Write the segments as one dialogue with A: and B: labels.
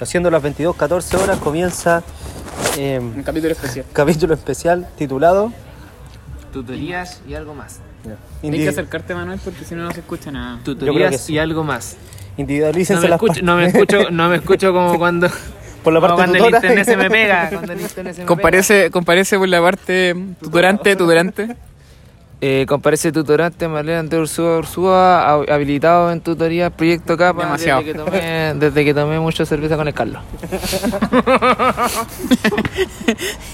A: Haciendo las 22, 14 horas comienza eh,
B: Un capítulo especial.
A: capítulo especial titulado
C: Tutorías y algo más.
B: Hay que
A: Indi-
B: acercarte, Manuel, porque si no, no se escucha nada.
A: creo que
C: Tutorías
A: sí.
C: y algo más. No
A: Individualícense
C: me,
A: las pa-
C: escucho, no, me escucho, no me escucho como cuando,
A: por la
C: como
A: parte
C: cuando el
A: tutora.
C: internet se me pega. Cuando el internet se me
B: Comparece, comparece por la parte tutorante, tutorante.
C: pega. Eh, comparece tutorante Marlene de Ursúa Ursúa, hab- habilitado en tutorías, proyecto capa.
B: Demasiado.
C: Desde que tomé, desde que tomé mucha cerveza con el Carlos.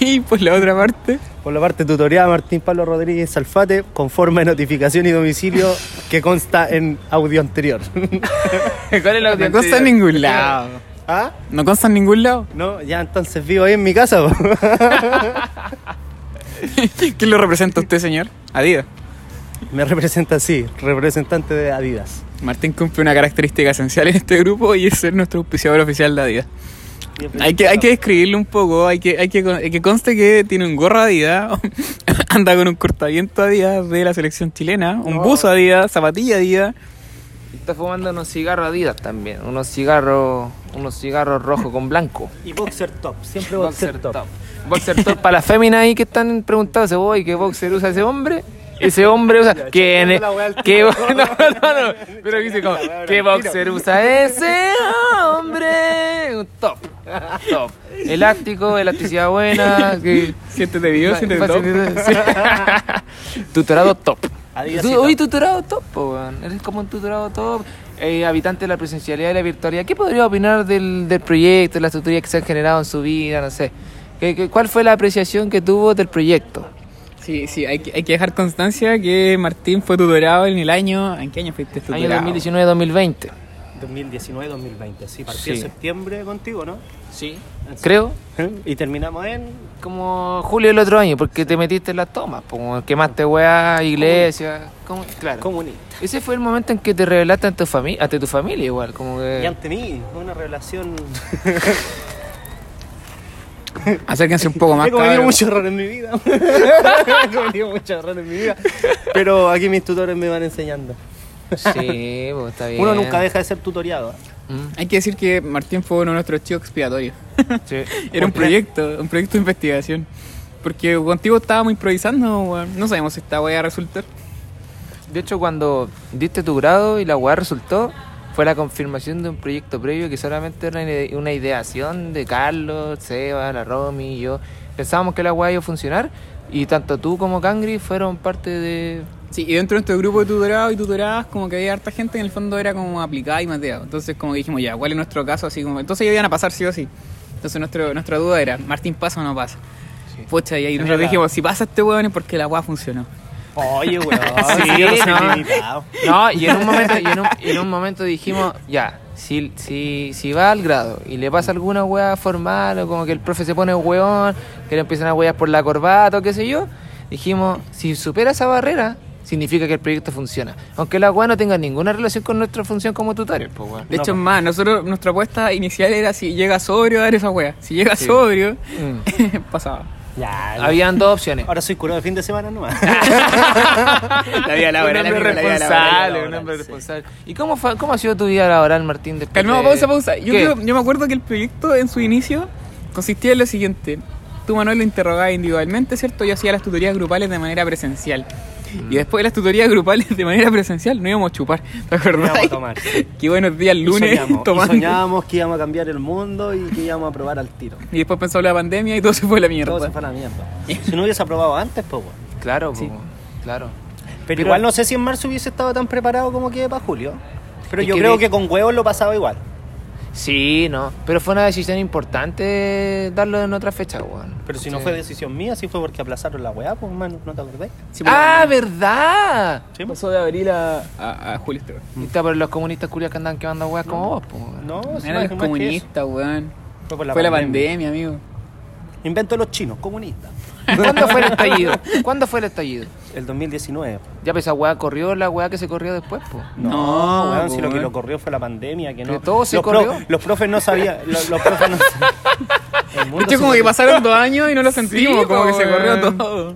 B: Y por la otra parte.
A: Por la parte tutorial, Martín Pablo Rodríguez Salfate, con forma de notificación y domicilio que consta en audio anterior.
C: ¿Cuál es la
B: No consta en ningún lado.
A: ¿Ah?
B: No consta en ningún lado.
A: No, ya entonces vivo ahí en mi casa. po.
B: ¿Quién lo representa usted, señor? Adidas.
A: me representa así, representante de Adidas.
B: Martín cumple una característica esencial en este grupo y es ser nuestro auspiciador oficial de Adidas. Hay que, hay que describirlo un poco, hay que, hay que, hay que conste que tiene un gorro Adidas, anda con un cortaviento Adidas de la selección chilena, un buzo Adidas, zapatilla Adidas.
C: Está fumando unos cigarros Adidas también. Unos cigarros, unos cigarros rojos con blanco.
A: Y boxer top, siempre boxer, top.
C: Boxer top para las féminas ahí que están preguntándose, "Uy, ¿qué boxer usa ese hombre? Ese hombre usa. ¿Quién es?
A: la wea al tiro.
C: ¿Qué, bo- no, no, no, pero dice como, ¿qué boxer usa ese hombre? Un top. Top. Elástico, elasticidad buena. Que,
B: Siéntete vivo, siéntete top.
C: Sí. Tutorado top.
A: Adidas
C: Tu-
A: y top.
C: Oye, tutorado top, po, weón. Eres como un tutorado top. eh, habitante de la presencialidad y la virtualidad. ¿Qué podría opinar del, del proyecto, de las tutorías que se han generado en su vida? No sé. ¿Qué- qué- cuál fue la apreciación que tuvo del proyecto?
B: Sí, sí, hay que, hay que dejar constancia que Martín fue tutorado en el año... ¿En qué año fuiste
C: Año
B: tutorado?
C: 2019-2020.
A: 2019-2020, sí, partí
C: Sí.
A: en septiembre contigo, ¿no? ¿Eh?
C: Sí. Creo.
A: Y terminamos en...
C: Como julio del otro año, porque te metiste en las tomas, po, weón. quemaste weá, iglesia. ¿Cómo? Claro.
A: Comunista.
C: Ese fue el momento en que te revelaste ante tu, fami- ante tu familia, igual. Como
B: Eh.
C: que...
A: Y ante mí, una relación...
B: Acérquense un poco más,
A: He cometido
B: cabrón.
A: mucho error en mi vida. He cometido mucho error en mi vida. Pero aquí mis tutores me van enseñando.
C: Sí, pues está
B: Eh.
C: bien.
A: Uno nunca deja de ser tutoriado. ¿eh?
C: Mm,
B: Hay que decir que Martín fue uno de nuestros chicos expiatorios.
C: sí.
B: Era un proyecto, un proyecto de investigación. Porque contigo estábamos improvisando, weón. No sabemos si esta weá va a resultar.
C: De hecho, cuando diste tu grado y la weá resultó, fue la confirmación de un proyecto previo que solamente era una ide- una ideación de Carlos, Seba, la Romy y yo. Pensábamos que la weá iba a funcionar y tanto tú como Cangri fueron parte de.
B: Sí, y dentro de nuestro grupo de tutorados y tutoradas, como que había harta gente que en el fondo era como aplicada y mateada. Entonces, como que dijimos, ya, ¿cuál es nuestro caso? Así como, entonces ellos iban a pasar sí o sí. Entonces, nuestro, nuestra duda era, ¿Martín pasa o no pasa? Pucha, y ahí nosotros dijimos, si pasa este weón es porque la weá funcionó.
A: Oye, weón.
C: Sí,
A: yo no
C: no.
A: soy limitado.
C: No, y en un momento, y en un, y en un momento dijimos, ya, si, si, si va al grado y le pasa alguna weá formal o como que el profe se pone weón, que le empiezan a weas por la corbata o qué sé yo, dijimos, si supera esa barrera, significa que el proyecto funciona. Aunque la weá no tenga ninguna relación con nuestra función como tutores, pues weón.
B: De
A: No,
B: hecho,
A: pa-
B: es más, nosotros, nuestra apuesta inicial era si llega sobrio a dar esa weá. Si llega sobrio, pasaba.
A: Ya,
B: Ah,
A: ya.
C: Habían dos opciones.
A: Ahora soy curado de fin de semana nomás.
B: La vida laboral,
C: un hombre
B: amigo, la vida
C: responsable,
A: laboral,
C: un hombre
A: sí.
C: responsable. ¿Y cómo, fue- cómo ha sido tu vida laboral, Martín? después
B: Calmado,
C: de-
A: Eh,
B: pausa, pausa. Yo,
C: ¿Qué?
B: creo- yo me acuerdo que el proyecto en su inicio consistía en lo siguiente. Tú, Manuel, lo interrogabas individualmente, ¿cierto? Yo hacía las tutorías grupales de manera presencial.
A: Mm.
B: Y después de las tutorías grupales de manera presencial, no íbamos a chupar, ¿te acordás?
A: Íbamos a tomar.
B: Qué buenos días
A: Y
B: lunes
A: soñamos, y
B: tomando.
A: soñábamos que íbamos a cambiar el mundo y que íbamos a probar al tiro.
B: Y después pensó la pandemia y todo se fue a la mierda.
A: Todo se fue a la mierda. Si no hubiese aprobado antes, pues, weón.
C: Claro, po, weón, claro.
A: Pero, igual no sé si en marzo hubiese estado tan preparado como que para julio. Pero
C: Es
A: yo
C: que
A: creo
C: de-
A: que con huevos lo pasaba igual.
C: Sí, no. Pero fue una decisión importante darlo en otra fecha, weón.
A: Pero si no
C: Sí.
A: fue decisión mía, si fue porque aplazaron la weá, pues, hermano, ¿no te acordás?
B: Sí, pues,
C: ¡Ah, verdad!
A: Sí, pues.
B: pasó de abril a, a, a julio. este weón.
A: Mm.
C: Y está por los comunistas culiados que andan quemando weas como vos, po, weón.
A: No, si no
B: Eran
A: es
B: los
A: más que
B: comunistas, weón.
A: eso. Fue por
B: fue la pandemia, amigo.
A: Invento de los chinos, comunistas.
C: ¿Cuándo fue el estallido? ¿Cuándo fue el estallido?
A: El 2019.
C: Ya pues esa wea corrió, la wea que se corrió después, po.
A: No,
B: No,
A: weón, si lo que
B: weón.
A: lo corrió fue la pandemia, que no.
C: Pero todo se
A: los
C: corrió.
A: los profes no sabían. Los, los profes no sabían. El
B: De
A: mundo
B: hecho,
A: se
B: como que
A: corrió.
B: pasaron dos años y no lo sentimos,
C: Sí,
B: como que se
C: weón.
B: corrió todo.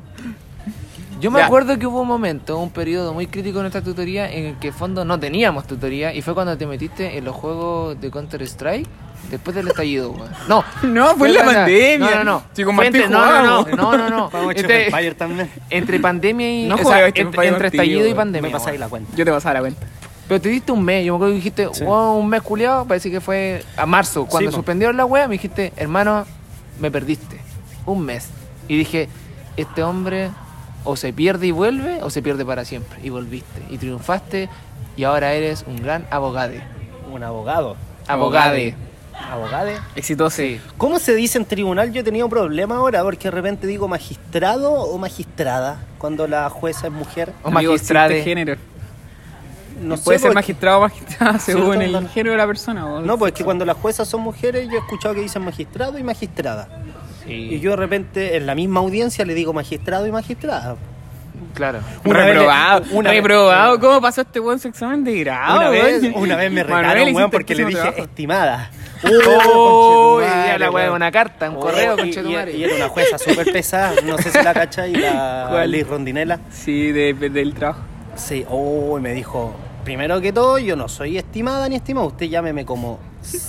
C: Yo me
B: Ya.
C: acuerdo que hubo un momento, un periodo muy crítico en nuestra tutoría en el que en fondo no teníamos tutoría y fue cuando te metiste en los juegos de Counter Strike después del estallido, weón. No,
B: No, fue en la
C: cuando-
B: pandemia.
C: No, no, no.
B: Si con
C: Fue
B: Martín
C: entre- no, no,
B: jugábamos.
C: no, no, no, no.
A: Vamos a
C: Este-
A: Chef Bayer también.
C: entre pandemia y
B: No
C: o sea,
B: juego este
C: entre,
B: juego
C: entre
B: contigo,
C: estallido y
B: weón.
C: pandemia.
A: Me pasáis
C: weón.
A: la cuenta.
B: Yo te pasaba la cuenta.
C: Pero te diste un mes, yo me acuerdo que dijiste,
A: Sí.
C: "Wow, un mes culiado, parece que fue a marzo. Cuando
A: po.
C: suspendieron la wea, me dijiste, hermano, me perdiste. Un mes. Y dije, este hombre o se pierde y vuelve, o se pierde para siempre. Y volviste, y triunfaste, y ahora eres un gran abogade.
A: Un abogado.
C: Abogade.
B: Abogade.
A: ¿Abogade?
B: Exitoso.
A: ¿Cómo se dice en tribunal? Yo he tenido problemas ahora porque de repente digo magistrado o magistrada cuando la jueza es mujer.
C: O
B: Amigo,
C: magistrade.
B: existe género.
A: No sé,
B: Puede ser
A: porque-
B: magistrado o magistrada según
A: ¿Cierto?
B: el género de la persona. o-
A: No, pues es que cuando las juezas son mujeres, yo he escuchado que dicen magistrado y magistrada. Y yo de repente en la misma audiencia le digo magistrado y magistrada.
C: Claro.
A: una vez le-
B: reprobado.
A: una vez-
B: reprobado. ¿Cómo pasó este buen su examen de grado?
A: una, vez,
B: weón?
A: una vez me
B: Ah, Manuel,
A: retaron,
B: hiciste
A: weón,
B: el
A: porque le dije
B: pésimo trabajo.
A: estimada.
C: Uy,
A: conchetumare,
C: ya la wea de
A: weón.
C: una carta, un
A: Oh,
C: correo,
A: y- y,
C: conchetumare.
A: y era una jueza súper pesada, no sé si la cachai, la
B: ¿Cuál?
A: Liz Rondinela.
B: Sí, de- de- del trabajo.
A: Sí, oh, y me dijo, primero que todo, yo no soy estimada ni estimado, usted llámeme como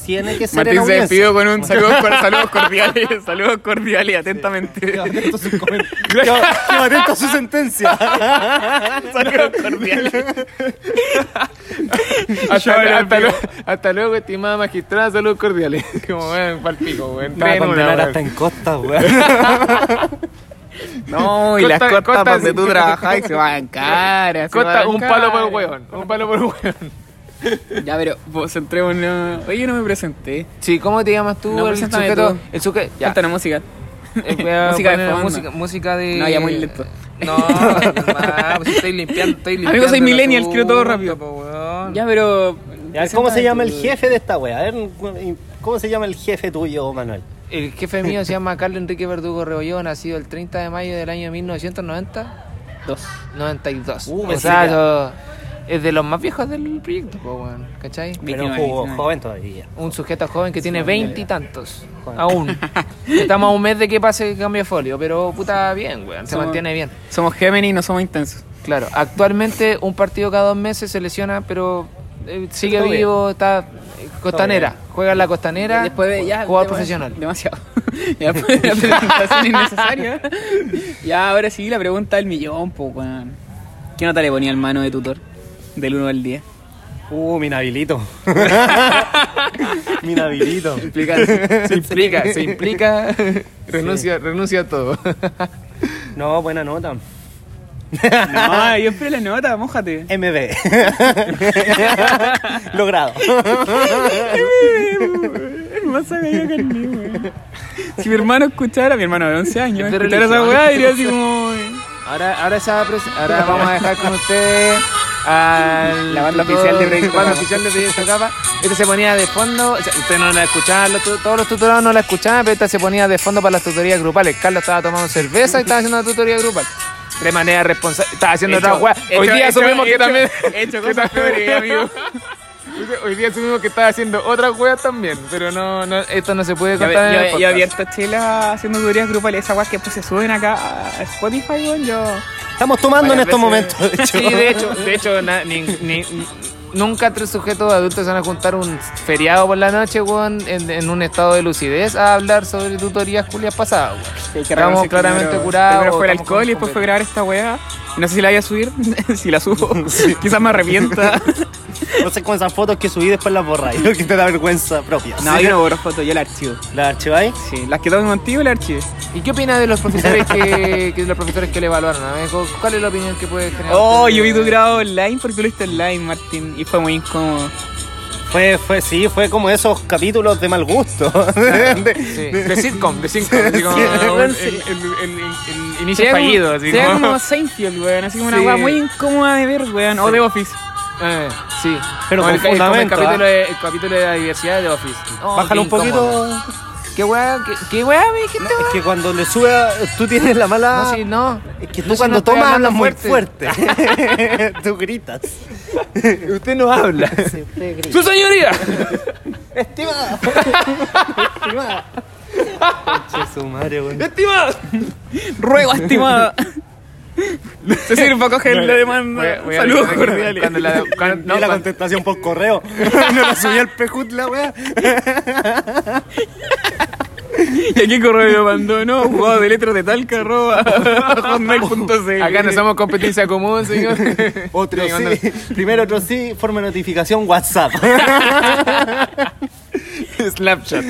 A: tiene que ser en
B: Martín se
A: audiencia".
B: despidió con un saludo, cor- saludos cordiales, saludos cordiales, atentamente.
A: Quedo atento a sus comen- quedo- quedo atento a su sentencia.
B: saludos cordiales.
C: Hasta,
B: Yo era
C: hasta
B: el
C: luego, hasta luego, estimada magistrada, saludos cordiales. Como ven, palpico, weón.
A: Te van a
C: Tres en una,
A: condenar
C: weón.
A: hasta en costa, weón.
B: No, y las
C: Costa-
B: costas
C: costa
B: donde
C: sí.
B: tú trabajas se van caras. se
C: Costa,
B: van
C: un palo por
B: caras.
C: hueón. Un palo por hueón.
B: Ya, pero vos entrémonos. Oye, no me presenté.
C: Sí, ¿cómo te llamas tú?
B: No,
C: el
B: preséntame
C: sujeto.
B: tú.
C: El sujeto. Ya.
B: Falta la música.
C: Eh, voy a
B: música de
C: poner
B: fondo.
C: Música, música de.
B: No, ya muy lento.
C: No, ma, pues estoy limpiando, estoy limpiando.
B: Amigo, soy
C: el
B: millennial, quiero todo
C: asunto,
B: rápido.
C: po, weón.
B: Ya, pero.
A: ¿Cómo se
B: preséntame
A: llama el
B: tú.
A: jefe de esta weá? A ver, ¿cómo se llama el jefe tuyo, Manuel?
C: El jefe mío se llama Carlos Enrique Verdugo Rebollón, nacido el 30 de mayo del año 1990.
B: Dos.
C: 92.
A: Uh,
C: o
A: pensé
C: sea,
A: que-
C: yo- es de los más viejos del proyecto, po, weón. ¿Cachai?
A: Pero
B: 19,
A: jugó
B: 19.
A: joven todavía.
C: Un sujeto joven que tiene veinte y tantos.
A: Joven.
C: Aún. Estamos a un mes de que pase el cambio de folio, pero puta bien, weón. Se
B: Somos-
C: mantiene bien.
B: Somos Géminis, no somos intensos.
C: Claro, actualmente un partido cada dos meses se lesiona, pero eh, sigue
A: Todo bien.
C: vivo, está eh, costanera. Juega en la costanera,
B: Después de, ya,
C: jugador
B: demasiado-
C: profesional.
B: Demasiado. ya fue la presentación innecesaria. ya, ahora sí, la pregunta del millón, po, weón. ¿Qué nota le ponía al mano de tutor? Del 1 al 10.
A: Uh, mi nabilito. mi nabilito.
C: Implica- se implica, se implica, renuncia, renuncia a todo.
A: No, buena nota.
B: No, yo espero la nota, mójate.
A: MB. Logrado.
B: Es más sabía que el mío, weón. Si mi hermano escuchara, mi hermano de 11 años,
C: Es de
B: escuchara esa
C: religión.
B: weá, diría así como.
C: Ahora, ahora, esa pres- ahora vamos a dejar con ustedes a
B: La banda oficial de Proyecto
C: banda
B: Capa.
C: oficial de Proyecto Capa. Esta se ponía de fondo, o sea, ustedes no la escuchaban, los tu- todos los tutorados no la escuchaban, pero esta se ponía de fondo para las tutorías grupales. Carlos estaba tomando cerveza y estaba haciendo una tutoría grupal. De manera responsable, estaba haciendo
B: Hecho,
C: otra weá. Hoy
B: hecho,
C: día
B: hecho,
C: supimos que
B: hecho,
C: también.
B: hecho cosas peores, amigo.
C: Hoy día supimos que estaba haciendo otra weá también, pero no, no, esto no se puede
B: Yo,
C: contar. en el
B: yo- yo
C: podcast.
B: abierto chela haciendo teorías grupales, esas weas que después se suben acá a Spotify, weón. Yo.
A: Estamos tomando en
B: Varias
A: estos momentos,
B: veces.
A: de hecho.
C: Sí, de hecho, de hecho na- ni- ni- ni- nunca tres sujetos adultos se van a juntar un feriado por la noche, weón, en, en un estado de lucidez a hablar sobre tutorías culias pasadas, weón.
B: Que hay que
C: Estamos
B: reconocer
C: claramente
B: primero-
C: curados,
B: Primero fue el
C: estamos
B: alcohol y después fue grabar esta weá. No sé si la voy a subir. si la subo, quizás me arrepienta.
A: No sé con esas fotos que subí después las borráis, lo que te da vergüenza propia.
B: no, yo no borro fotos, yo la archivo.
A: ¿La archiváis?
B: Sí, las que tomo contigo la archivo.
C: ¿Y qué opina de los profesores que, que los profesores que le evaluaron? A ver, cu- ¿Cuál es la opinión que puede generar?
B: Oh,
C: usted?
B: yo vi tu grado online porque lo viste online, Martín. Y fue muy incómodo.
A: Fue, fue, sí, fue como esos capítulos de mal gusto.
C: Sí, de sitcom, de sitcom, así como un- el, el- el- el- el inicio fallido, así
B: sea
C: como-
B: como Seinfeld, weón. Así como una
C: Sí.
B: weá muy incómoda de ver, weón. O de Office.
C: Eh, sí.
A: Pero
C: Como
A: con
C: el, ca- como el
A: fundamento,
C: capítulo de, el capítulo de la diversidad de The Office. Oh,
A: Bájalo
C: qué
A: un poquito.
C: incómodo. ¿Qué weá? ¿Qué, qué weá me dijiste,
A: Es que cuando le sube, a- tú tienes la mala.
C: No, sí, no.
A: Es que tú
C: No, si no
A: cuando
C: estoy
A: tomas
C: hablando
A: hablas muy fuerte. tú gritas.
C: Usted no habla. ¡Su señoría!
A: Estimada. Estimada. Conche su madre, güey.
C: ¡Estimado!
B: Ruego, estimada. Se sirve para coger la
C: Voy a-
B: demanda.
C: voy a-
B: Saludos
C: cuando-
B: cordiales.
C: cuando la- cuando- no,
A: Y la
C: cuando-
A: contestación por correo. no la subí al pejut la weá.
B: ¿Y a qué correo lo mandó? No, jugado de letras de talca, arroba, hotmail.cl.
C: Acá no somos competencia común, señor.
A: Otro
C: Estoy mandando-
A: sí. Primero otro sí, forma de notificación WhatsApp.
C: Snapchat.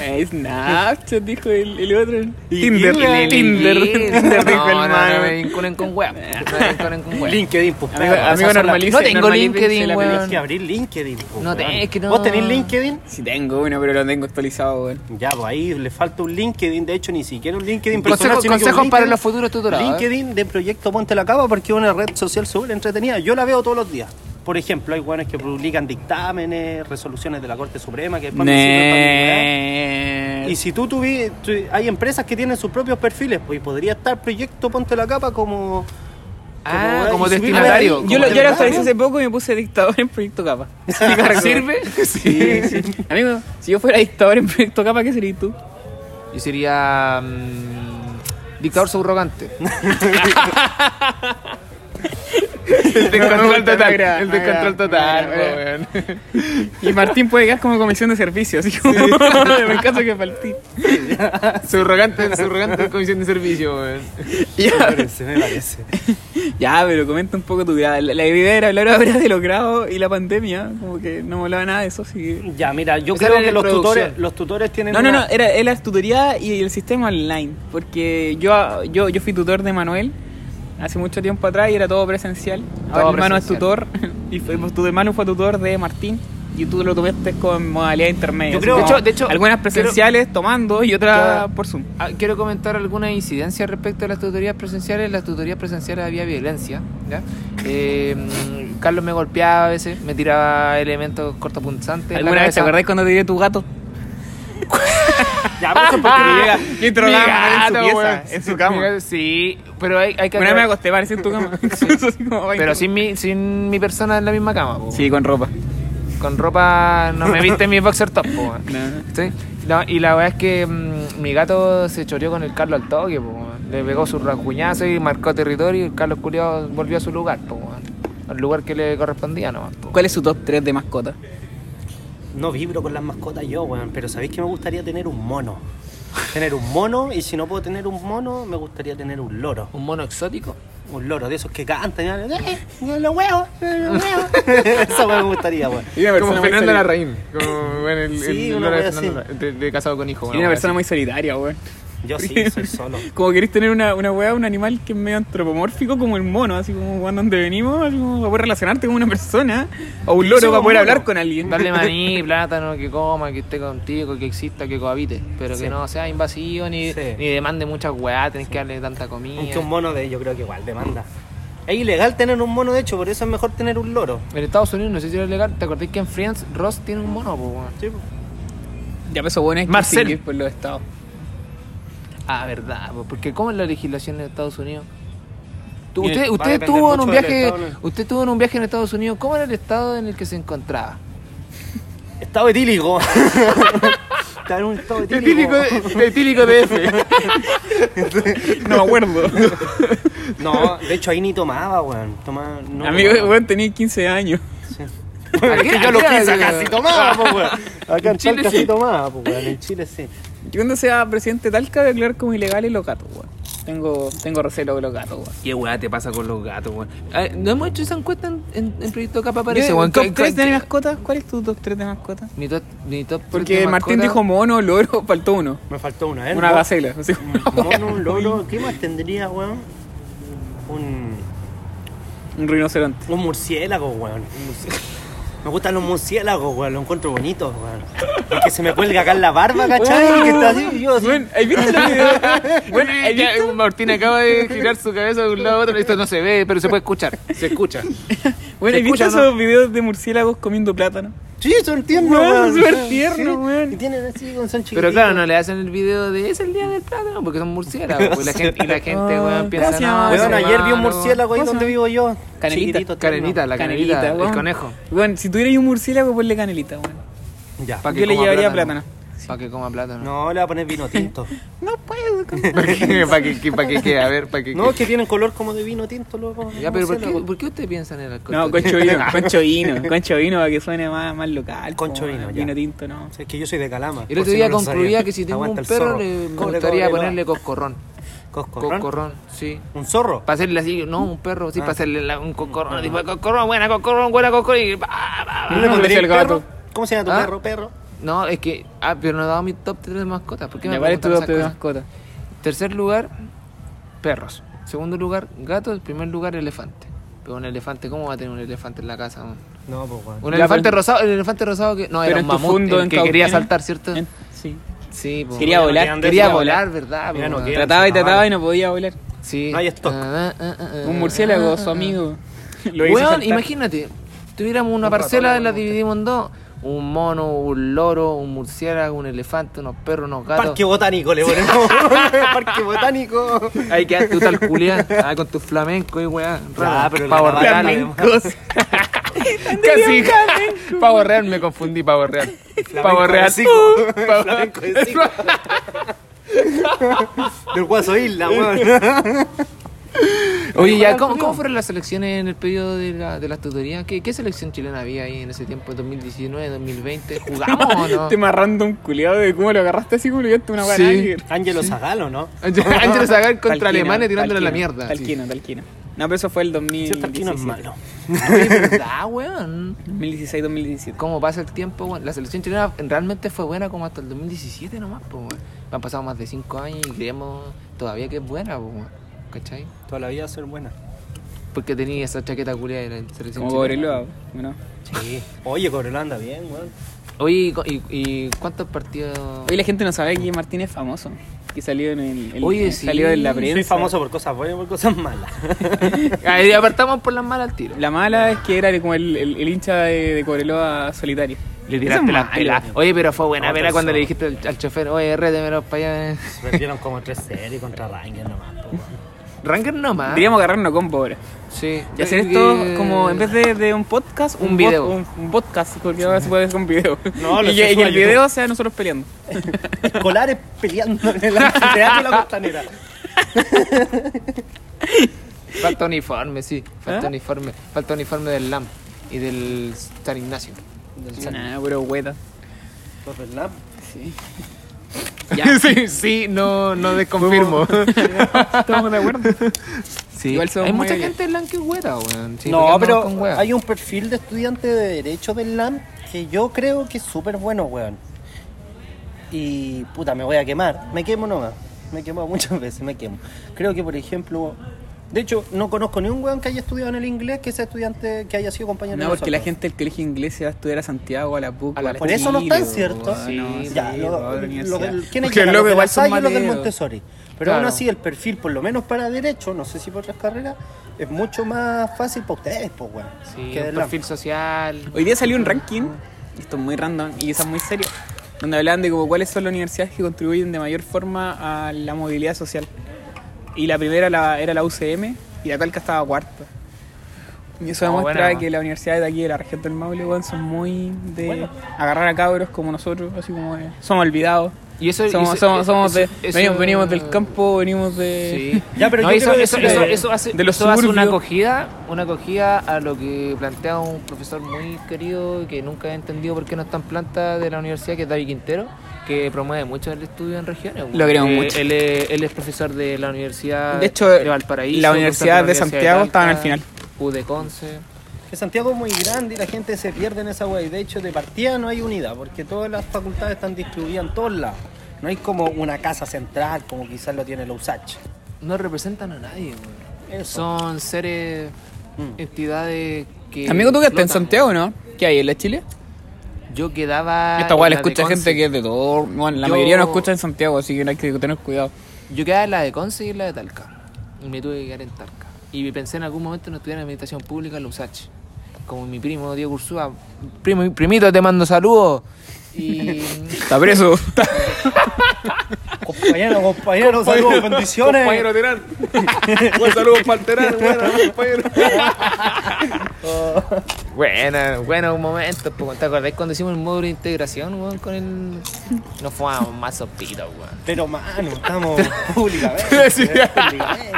B: Eh, Snapchat, dijo el, el otro.
A: Y
B: Tinder.
A: Tinder.
B: Tinder. Tinder, dijo
C: No,
B: el
C: no,
B: man.
C: no me vinculen con wea. No me vinculen con wea.
A: LinkedIn, pues.
B: Amigo-
A: claro,
B: amigo
A: esas son
B: normalice,
A: las-
C: No tengo
B: normalice
C: LinkedIn,
B: la
A: No,
B: película.
A: Tienes que abrir LinkedIn, pues.
C: No,
A: weón.
C: es que no.
A: ¿Vos tenés LinkedIn?
B: Sí tengo uno, pero lo tengo actualizado, weón.
A: Ya, pues ahí le falta un LinkedIn, de hecho ni siquiera un LinkedIn
C: Consejo-
A: personal, sino que un
C: consejos para
A: LinkedIn-
C: los futuros tutorados, ¿eh?
A: LinkedIn de Proyecto Ponte la Capa porque es una red social súper entretenida. Yo la veo todos los días. Por ejemplo, hay hueones que publican dictámenes, resoluciones de la Corte Suprema, que después me sirven para mi weá.
B: Nee.
A: Y si tú tuvi, tu- hay empresas que tienen sus propios perfiles, pues y podría estar Proyecto Ponte la Capa como...
C: Ah, como
A: y subirlo
C: destinatario.
A: ahí.
C: como
B: Yo lo, yo lo
A: ¿verdad?
B: actualicé hace poco y me puse dictador en Proyecto Capa.
C: destinatario. ¿Sirve?
B: Sí, sí. Amigo, si yo fuera dictador en Proyecto Capa, ¿qué serías tú?
C: Yo sería. mm, dictador subrogante. el
B: descontrol total,
C: El descontrol total, po, weón.
B: Y Martín puede quedar como comisión de servicios. así como- en el caso que faltí.
C: Subrogante, subrogante en comisión de servicio, weón.
A: Me parece, me parece.
B: Ya, pero comenta un poco tu vida. La, la idea era hablar ahora de los grados y la pandemia. Como que no me hablaba nada de eso, así que...
A: Ya, mira, yo
C: Esa
A: creo
C: era
A: que
C: la
A: los tutores,
C: introducción.
A: los tutores tienen...
B: No, no,
A: una-
B: no, era, era la tutoría y el sistema online. Porque yo, yo, yo fui tutor de Manuel hace mucho tiempo atrás y era todo presencial. Ahora mi
C: Todo
B: hermano es
C: presencial.
B: tutor y fue, tu hermano fue tutor de Martín y tú lo tomaste con modalidad intermedia.
A: Yo
B: así
A: creo-
B: como
A: de hecho-
C: de hecho,
B: algunas
C: creo-
B: presenciales tomando y otras
C: Ya.
B: por Zoom.
C: Ah, quiero comentar alguna incidencia respecto a las tutorías presenciales. En las tutorías presenciales había violencia. ¿ya? Eh, mm, Carlos me golpeaba a veces, me tiraba elementos cortopunzantes. en la
B: ¿Alguna vez te
C: cabeza.
B: acordás cuando te dio tu gato?
A: Ya, pero eso es porque
B: Ah,
A: llega-
B: yo interrogaba
C: Mi
B: a Manuel en su
C: gato,
B: pieza,
C: weón.
B: en su cama.
C: Mi gato, Sí, pero hay, hay que.
B: Una vez me
C: aclarar-
B: acosté, parece en tu cama. Así como, ay,
C: Pero
B: qué-
C: sin mi, sin mi persona en la misma cama. po.
B: Sí, con ropa.
C: Con ropa no me viste en mi boxer top. po, weón.
B: No.
C: Sí. No, y la verdad es que mm, mi gato se choreó con el Carlos al toque, po, weón. le pegó su rasguñazo y marcó territorio y el Carlos Culiao volvió a su lugar, po, weón. al lugar que le correspondía nomás. po.
B: ¿Cuál es su top 3 de mascota?
A: No vibro con las mascotas yo, weón, pero ¿sabéis que me gustaría tener un mono? Tener un mono, y si no puedo tener un mono, me gustaría tener un loro.
C: ¿Un mono exótico?
A: Un loro de esos que cantan, y hablan, "Eh, eh, los huevos, eh, los huevos. Eso me gustaría, weón.
B: Como Fernanda
C: Larraín, como bueno, el,
A: Sí, una
C: loro de
A: wea
C: Fernanda
A: así.
C: Larraín, de, de casado con hijo.
B: Y una persona muy solitaria, weón.
A: Yo sí, soy solo.
B: Como queréis tener una, una weá, un animal que es medio antropomórfico, como el mono, así como cuando donde venimos, así como para poder relacionarte con una persona, o un loro
A: Sí,
B: para
A: un
B: poder
A: mono.
B: hablar con alguien.
C: Darle maní, plátano, que coma, que esté contigo, que exista, que cohabite, pero que no sea invasivo ni,
A: Sí.
C: ni demande muchas weá, tenés que darle tanta comida.
A: Aunque un mono de yo creo que igual demanda. Es ilegal tener un mono, de hecho, por eso es mejor tener un loro.
C: En Estados Unidos, no sé si era legal, ¿te acordás que en Friends Ross tiene un mono? po, weón?
A: Sí, po.
B: Ya peso bueno es que
C: Marcel.
B: exigir por los estados.
C: Ah, verdad, po, porque ¿cómo es la legislación en Estados Unidos? Tú-
A: Mire, va
C: usted
A: a
C: usted
A: depender
C: estuvo en
A: mucho
C: un
A: del
C: viaje,
A: estado, ¿no?
C: usted estuvo en un viaje en Estados Unidos, ¿cómo era el estado en el que se encontraba?
A: Estado etílico. Está en un estado etílico.
C: DF.
B: No me acuerdo.
A: No, de hecho ahí ni tomaba, weón. Tomaba, no
B: Amigo,
A: tomaba.
B: weón tenía 15 años.
A: Que yo lo quise acá sí tomaba, po, weón. Acá en Chile sí tomaba, po, weón. En Chile sí.
B: Yo cuando sea presidente de Talca voy a declarar como ilegales los gatos, weón. Tengo, tengo recelo con los gatos, weón.
C: ¿Qué weá te pasa con los gatos, weón? Ah, No hemos hecho esa encuesta en, en, en Proyecto Capa, parece,
B: Yo-
C: weón.
B: ¿Top
C: ¿Qué-
B: 3
C: qué-
B: de mascotas? ¿Cuál es tu top 3 de mascotas?
C: Mi top, mi top
B: Porque
C: de
B: Martín
C: mascota-
B: dijo mono, loro, faltó uno.
A: Me faltó una, ¿eh?
B: Una gacela. así como-
A: Un Mono, un loro. ¿Qué más tendría, weón? Un,
B: Un rinoceronte.
A: un murciélago, weón. Un murci- Me gustan los murciélagos, weón. Los encuentro bonitos, weón. El que se me cuelga acá en la barba, ¿cachai? Que está así, y yo así.
B: Bueno, ¿has visto la video? Bueno, ¿has
C: Ya,
B: visto?
C: Martín acaba de girar su cabeza de un lado a otro. Esto no se ve, pero se puede escuchar. Se escucha.
B: Bueno,
C: ¿Se
B: ¿has visto
C: escucha o no?
B: esos videos de murciélagos comiendo plátano?
A: Sí, son tiernos,
B: Weón,
A: weón.
B: súper
A: Sí,
B: tiernos,
A: sí.
B: weón.
A: Y tienen así, son chiquititos.
C: Pero claro, no le hacen el video de es el día del plátano porque son murciélagos. pues, y la gente, y la gente
B: Ah,
C: weón, piensa,
B: gracias.
C: no,
A: Weón,
C: ese
A: ayer vi un
C: malo".
A: murciélago ahí
B: ¿Cómo se
A: donde vivo
B: llama?
A: yo.
B: Canelita.
A: Chiquitito, tierno.
C: Carenita, la canelita, el
B: weón.
C: conejo.
B: Bueno, si tuvieras un murciélago, ponle canelita, bueno.
A: Ya.
C: Pa' que
B: Yo le
C: coma
B: llevaría
C: plátano.
B: plátano.
C: Para que coma plátano.
A: No, le va a poner vino tinto.
B: No puedo. con-
C: ¿Para qué? ¿Para qué? ¿Para qué? qué? A ver, ¿para qué?
A: No,
C: qué?
A: que tienen color como de vino tinto, luego.
C: Ya, pero ¿por qué, ¿por qué usted piensa en el alcohol?
B: No, concho vino, concho vino, concho vino para que suene más, más local.
A: Concho
B: po,
A: vino, ya.
B: Vino tinto, no.
A: Es que yo soy de Calama.
C: El
A: por
C: otro
A: si
C: día
A: no lo
C: concluía
A: sabían.
C: que si tengo
A: Aguanta
C: un
A: el
C: perro
A: zorro.
C: le, me
A: ¿Cómo le
C: gustaría
A: cobro?
C: ponerle coscorrón.
A: ¿Coscorrón?
C: Coscorrón, sí.
A: ¿Un zorro?
C: Para hacerle así, no,
B: Mm.
C: un perro, sí,
A: Ah.
C: para hacerle la- un coscorrón. Tipo, coscorrón, buena coscorrón, buena coscorrón. Y... pa,
A: ¿No
C: pa, pa.
A: le
B: No,
A: pondría
B: decía
A: el
B: el
A: perro?
B: gato.
A: ¿Cómo se llama tu
C: ¿Ah?
A: perro? ¿Perro?
C: No, es que. Ah, pero no he dado mi top 3 de mascotas. ¿Por qué me
B: Ya, ¿Cuál es tu
C: preguntan
B: top
C: esas
B: de
C: cosas?
B: mascota?
C: Tercer lugar, perros. Segundo lugar, gatos. Primer lugar, elefante. Pero un elefante, ¿cómo va a tener un elefante en la casa? Un,
A: No, pues bueno.
C: un
B: Ya,
C: elefante
B: pero-
C: rosado, el elefante rosado que. No,
B: Pero
C: era un
B: en tu
C: mamut
B: fondo,
C: el
B: en
C: que
B: Cautín,
C: quería
B: ¿eh?
C: saltar, ¿cierto?
B: En- Sí.
C: Sí, po.
B: Quería volar.
A: Andrés
C: Quería
A: iba a
C: volar, ¿verdad?
A: Mira,
C: po,
A: no
C: weón?
A: queda.
B: Trataba y trataba y no podía volar.
C: Sí.
A: No hay stock.
C: Ah, ah, ah, ah,
B: Un murciélago,
C: ah,
B: su
C: ah.
B: amigo. Lo hizo
C: Weón,
B: saltar.
C: imagínate, tuviéramos una
A: Un
C: parcela,
A: ratón,
C: la
A: weón.
C: dividimos en dos. Un mono, un loro, un murciélago, un elefante, unos perros, unos gatos.
A: Parque botánico le ponemos. Parque botánico.
C: Ahí quedaste tú tal culiá, ah, con tu flamenco y weá.
A: Ya, pero la
C: pavo
A: lavada la
C: real.
B: Flamencos.
C: Casi. Pavo real, me confundí, pavo real. Pavo
A: de
C: real.
A: Zico.
C: Uh, pavo-
A: Flamenco de Zico. Del Guaso Isla, weón.
C: Oye, ya, ¿cómo, cómo fueron las elecciones en el periodo de, la, de las tutorías? ¿Qué, ¿Qué selección chilena había ahí en ese tiempo, 2019, 2020? ¿Jugamos o no?
B: Tema random culiado de cómo lo agarraste así, culiaste una
C: Sí.
B: guarana.
A: Ángelo Zagalo, ¿no?
C: Ángel Zagal contra
B: Talquino,
C: alemanes tirándole a la
B: Talquino,
C: mierda.
B: Talquino, Talquino. No, pero eso fue el
A: Sí, el Tarquino es
B: 2016.
A: malo.
C: Oye, ¿Verdad, weón?
B: 2016-2017.
C: ¿Cómo pasa el tiempo, weón? La selección chilena realmente fue buena como hasta el 2017 nomás, pues, weón. Han pasado más de 5 años y creemos todavía que es buena, pues, weón. ¿Cachai?
A: Toda la vida va a ser buena.
C: Porque tenía esa chaqueta culia de la selección
B: Como
C: chilena.
B: Cobreloa, ¿no?
A: Sí. Oye, Cobreloa anda bien, weón.
C: Oye, ¿y cu- ¿y, y cuántos partidos?
B: Hoy la gente no sabe que Martín es famoso. Que salió en el. el-
C: Oye, sí.
B: Salió en la
C: Soy
B: prensa.
A: Soy famoso por cosas buenas y por cosas malas.
C: Ahí apartamos por las malas al tiro.
B: La mala es que era como el, el- el hincha de, de Cobreloa solitario.
C: Le
B: tiraste las pelas.
C: Oye, pero fue buena
A: No,
C: pela
A: pero
C: cuando le
A: eso-
C: dijiste al, al chofer, oye, rétemelo para allá.
A: Se Perdieron como 3-0 y contra Rangers nomás, po, weón.
C: Ranger nomás.
B: Deberíamos agarrarnos combo ahora.
C: Sí.
B: Y hacer esto
C: Yo creo que-
B: como en vez de, de un podcast,
C: Un
B: pod-
C: video.
B: un, un podcast, porque ahora se puede hacer con video.
A: No, lo
B: y
A: sé,
B: que y que
A: suba a
B: el
A: YouTube.
B: video sea nosotros peleando.
A: Escolares peleando en el anfiteatro de la costanera.
C: Falta uniforme, sí. Falta
B: ¿Ah?
C: uniforme. Falta uniforme del LAM y del San Ignacio.
A: Del
B: Nah, pero hueta.
A: Santos Bernabéu.
B: Sí.
C: sí, sí, no, no desconfirmo.
B: Estamos de acuerdo.
C: Sí.
B: Igual somos
C: hay
B: muy
C: mucha
B: bien.
C: gente en LAM que es hueá, weón. Sí,
A: no,
C: porque andan con
A: pero
C: hueá.
A: hay un perfil de estudiante de Derecho del LAM que yo creo que es súper bueno, weón. Y puta, me voy a quemar. Me quemo nomás. Me he quemado muchas veces, me quemo. Creo que, por ejemplo. De hecho, no conozco ni un weón que haya estudiado en el inglés que sea estudiante que haya sido compañero de
B: No, porque
A: nosotros.
B: la gente del colegio inglés se va a estudiar a Santiago, a la PUC,
C: A
B: a
C: la
B: la,
A: Por eso no están,
B: Chile,
A: ¿cierto?
B: weón,
C: Sí, pues,
B: no,
A: Ya,
B: sí,
A: lo-
B: weón, la
A: lo-
B: universidad.
A: ¿quiénes
B: Porque
A: llegan?
B: luego
A: Los de
B: igual
A: la
B: son
A: Salle y los del
B: maleros.
A: Montessori. Pero aún
C: Claro.
A: así, el perfil, por lo menos para Derecho, no sé si para otras carreras, es mucho más fácil para ustedes, pues, weón.
C: Sí,
A: que
C: un
A: del LAM.
C: perfil social.
B: Hoy día salió un ranking, esto es muy random y quizás muy serio, donde hablaban de como cuáles son las universidades que contribuyen de mayor forma a la movilidad social. Y la primera la- era la UCM y la Talca estaba cuarta. Y eso
C: Ah,
B: demuestra
C: buena.
B: que las universidades de aquí, de la región del Maule, weón, son muy de agarrar a cabros como nosotros, así como de- somos olvidados.
C: Y eso
B: somos,
C: eso-
B: somos- somos de-
C: eso- eso-
B: venimos, venimos del campo, venimos de...
C: Sí.
A: Ya, pero
C: No,
A: yo
C: eso,
A: quiero
C: eso,
A: decir-
C: eso-
B: de-
C: eso hace,
B: de los
C: eso hace una
B: suburbios.
C: acogida, una acogida a lo que plantea un profesor muy querido y que nunca he entendido por qué no está en planta de la universidad, que es David Quintero, que promueve mucho el estudio en regiones. güey.
B: Lo queremos
C: Eh,
B: mucho.
C: Él es, él es profesor de la Universidad
B: De hecho,
C: Valparaíso,
B: la
C: profesor
B: Universidad de Santiago estaban
C: Talca,
B: al final.
C: U de Conce.
A: Que Santiago es muy grande y la gente se pierde en esa weá. Y de hecho, de partida no hay unidad, porque todas las facultades están distribuidas en todos lados. No hay como una casa central, como quizás lo tiene la USACH.
C: No representan a nadie. güey.
A: Eso.
C: Son seres,
A: Mm.
C: entidades que...
B: Amigo, tú que estás en
C: flotan,
B: Santiago, ¿no? ¿Qué hay en la Chile?
C: güey. Yo quedaba...
B: Esta weá
C: en
B: la
C: Ah, la de
B: escucha
C: Conce.
B: gente que es de todo. Bueno, la
C: Yo-
B: mayoría no escucha en Santiago, así que hay que tener cuidado.
C: Yo quedaba en la de Conce y en la de Talca. Y me tuve que quedar en Talca. Y pensé en algún momento en estudiar administración pública en la USACH. Como mi primo Diego Ursúa. Primo, primito, te mando saludos. Y.
B: Está preso.
A: Compañero, compañero, saludos, bendiciones.
B: Terán. Un saludo para el Terán, compañero.
A: Oh.
C: Buena, bueno, un momento. po. ¿Te acordás cuando hicimos el módulo de integración, weón? Con el. Nos fuimos más sopitos, weón.
A: Pero, mano, estamos públicamente.
B: Sí.
A: públicamente.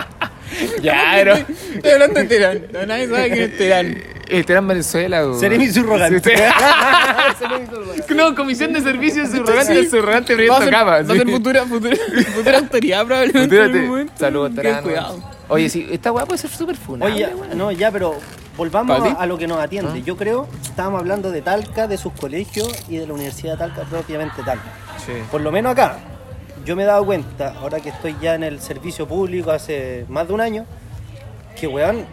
B: Ya, pero. Estoy hablando de Terán. No, nadie sabe quién es Terán.
C: Este era en Venezuela, weón.
A: Seré mi subrogante.
C: No, comisión de servicios
B: Sí.
C: subrogante, subrogante,
B: Va a ser,
C: proyecto Cava.
B: va a
C: sí.
B: ser futura, futura, futura autoridad probablemente. en algún
C: Espérate.
B: momento.
C: Saludos,
B: Ten
C: Tarán.
B: cuidado.
C: Oye, sí, esta weá puede ser súper funable,
A: Oye,
C: weón.
A: no, ya, pero volvamos
B: ¿Pati?
A: a, a lo que nos atiende.
C: Ah.
A: Yo creo, estábamos hablando de Talca, de sus colegios y de la Universidad de Talca, propiamente Talca. Por lo menos acá, yo me he dado cuenta, ahora que estoy ya en el servicio público hace más de un año, que, weón,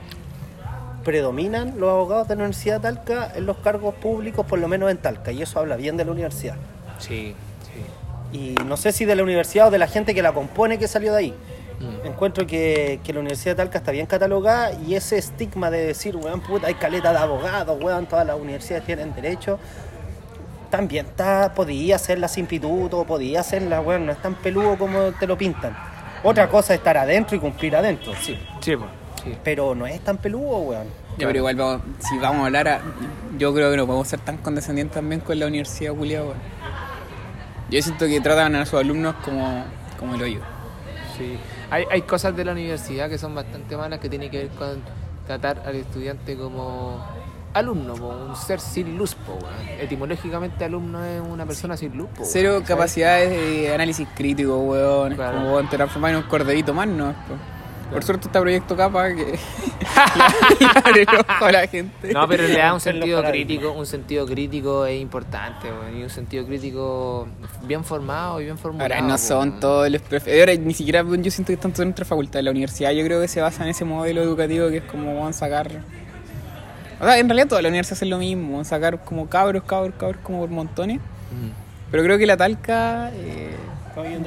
A: predominan los abogados de la Universidad de Talca en los cargos públicos, por lo menos en Talca, y eso habla bien de la universidad.
C: Sí, sí.
A: Y no sé si de la universidad o de la gente que la compone que salió de ahí.
C: Mm.
A: Encuentro que, que la Universidad de Talca está bien catalogada y ese estigma de decir, weón, puta, hay caleta de abogados, weón, todas las universidades tienen derecho. También está, podía hacerla sin pituto, podía hacerla, weón, no es tan peludo como te lo pintan. Otra cosa es estar adentro y cumplir adentro, sí.
C: Sí, po. Sí.
A: Pero no es tan peludo, weón.
B: Ya, pero igual, vamos, si vamos a hablar, a- yo creo que no podemos ser tan condescendientes también con la universidad culiada, weón. Yo siento que tratan a sus alumnos como, como el hoyo.
C: Sí. Hay, hay cosas de la universidad que son bastante malas que tienen que ver con tratar al estudiante como alumno, como un ser sin luz, po, weón. Etimológicamente alumno es una persona sin luz, po, weón,
B: Cero
C: ¿sabes?
B: capacidades de análisis crítico, weón. Es
C: Claro.
B: Como weón, te transformas en un corderito más, ¿no? Po. Por suerte está Proyecto Capa que le abre el ojo a la gente.
C: No, pero le
A: Romper
C: da un
A: los
C: sentido
A: paradigmas.
C: crítico, un sentido crítico es importante, weón, y un sentido crítico bien formado y bien formulado.
B: Ahora no son
C: weón.
B: todos los profes. Ahora ni siquiera weón, yo siento que están todos en nuestra facultad. La universidad yo creo que se basa en ese modelo educativo que es como van a sacar. O sea, en realidad toda la universidad hace lo mismo, van a sacar como cabros, cabros, cabros, como por montones.
C: Mm.
B: Pero creo que la talca eh,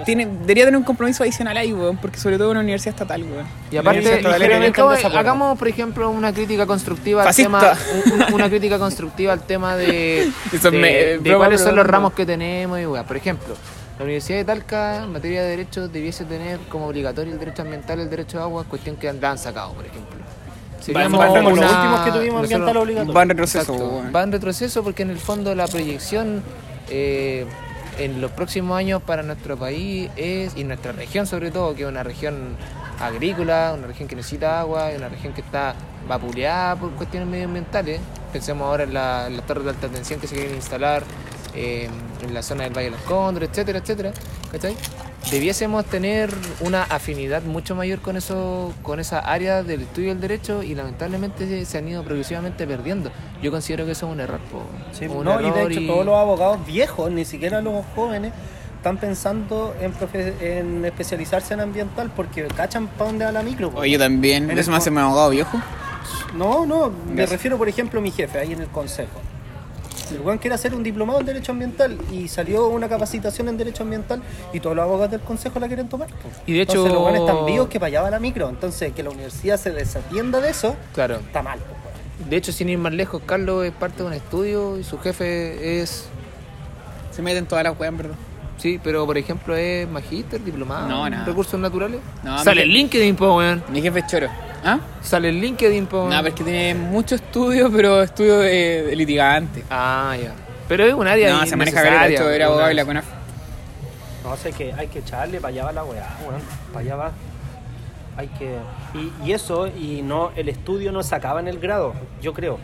B: tiene, debería tener un compromiso adicional ahí, weón, porque sobre todo una universidad estatal, weón.
C: Y
A: La
C: aparte,
A: Universidad Católica
C: experimentamos-
A: está en desacuerdo.
C: hagamos, por ejemplo, una crítica constructiva al tema,
B: Fascista.
C: un- un- una crítica constructiva al tema de,
B: Eso
C: de-
B: me-
C: de
B: broma,
C: cuáles son
B: broma.
C: los ramos que tenemos y weá. Por ejemplo, la Universidad de Talca, en materia de derechos, debiese tener como obligatorio el derecho ambiental, el derecho de agua, cuestión que la han sacado, por ejemplo. Seríamos
A: Van como los
C: una-
A: últimos que tuvimos
C: nosotros-
A: ambiental obligatorio.
B: Va en retroceso, pues,
C: Exacto.
B: weón.
C: Va en retroceso porque en el fondo la proyección eh, en los próximos años para nuestro país es, y nuestra región sobre todo, que es una región agrícola, una región que necesita agua, y una región que está vapuleada por cuestiones medioambientales. Pensemos ahora en la- en las torres de alta tensión que se quieren instalar eh, en la zona del Valle de los Cóndores, etcétera, etcétera. ¿Cachai? Debiésemos tener una afinidad mucho mayor con eso, con esa área del estudio del derecho y lamentablemente se, se han ido progresivamente perdiendo. Yo considero que eso es un error. po.
A: Sí,
C: un
A: no, y de
C: error
A: hecho
C: y-
A: todos los abogados viejos, ni siquiera los jóvenes, están pensando en, profe- en especializarse en ambiental porque cachan pa' dónde va la micro. po.
B: Oye, yo también.
A: En
B: Eso
A: el
B: me hace un abogado viejo.
A: No, no, me
B: Gracias.
A: refiero por ejemplo a mi jefe ahí en el consejo. El weón quiere hacer un diplomado en Derecho Ambiental y salió una capacitación en Derecho Ambiental y todos los abogados del consejo la quieren tomar. po.
C: Y de hecho-
A: Entonces, los weones están vivos que para allá va la micro. Entonces, que la universidad se desatienda de eso,
C: Claro.
A: está mal. po, weón.
C: De hecho, sin ir más lejos, Carlos es parte de un estudio y su jefe es.
B: Se meten todas las weas, en verdad.
C: Sí, pero por ejemplo es magíster, diplomado,
B: No,
C: en
B: nada.
C: recursos naturales.
B: No, mi-
C: Sale el LinkedIn, po, weón.
B: Mi jefe es choro. ¿Ah?
C: Sale el LinkedIn, po.
B: No,
C: weón.
B: pero es que tiene mucho estudio, pero estudio de, de litigante.
C: Ah, ya. Pero es un área.
B: No, se maneja bien. De hecho, era abogado y la CONAF.
A: No sé que hay que echarle para allá va la weá, weón. Para allá va. Hay que. Y, y eso, y no, el estudio no se acaba en el grado, yo creo.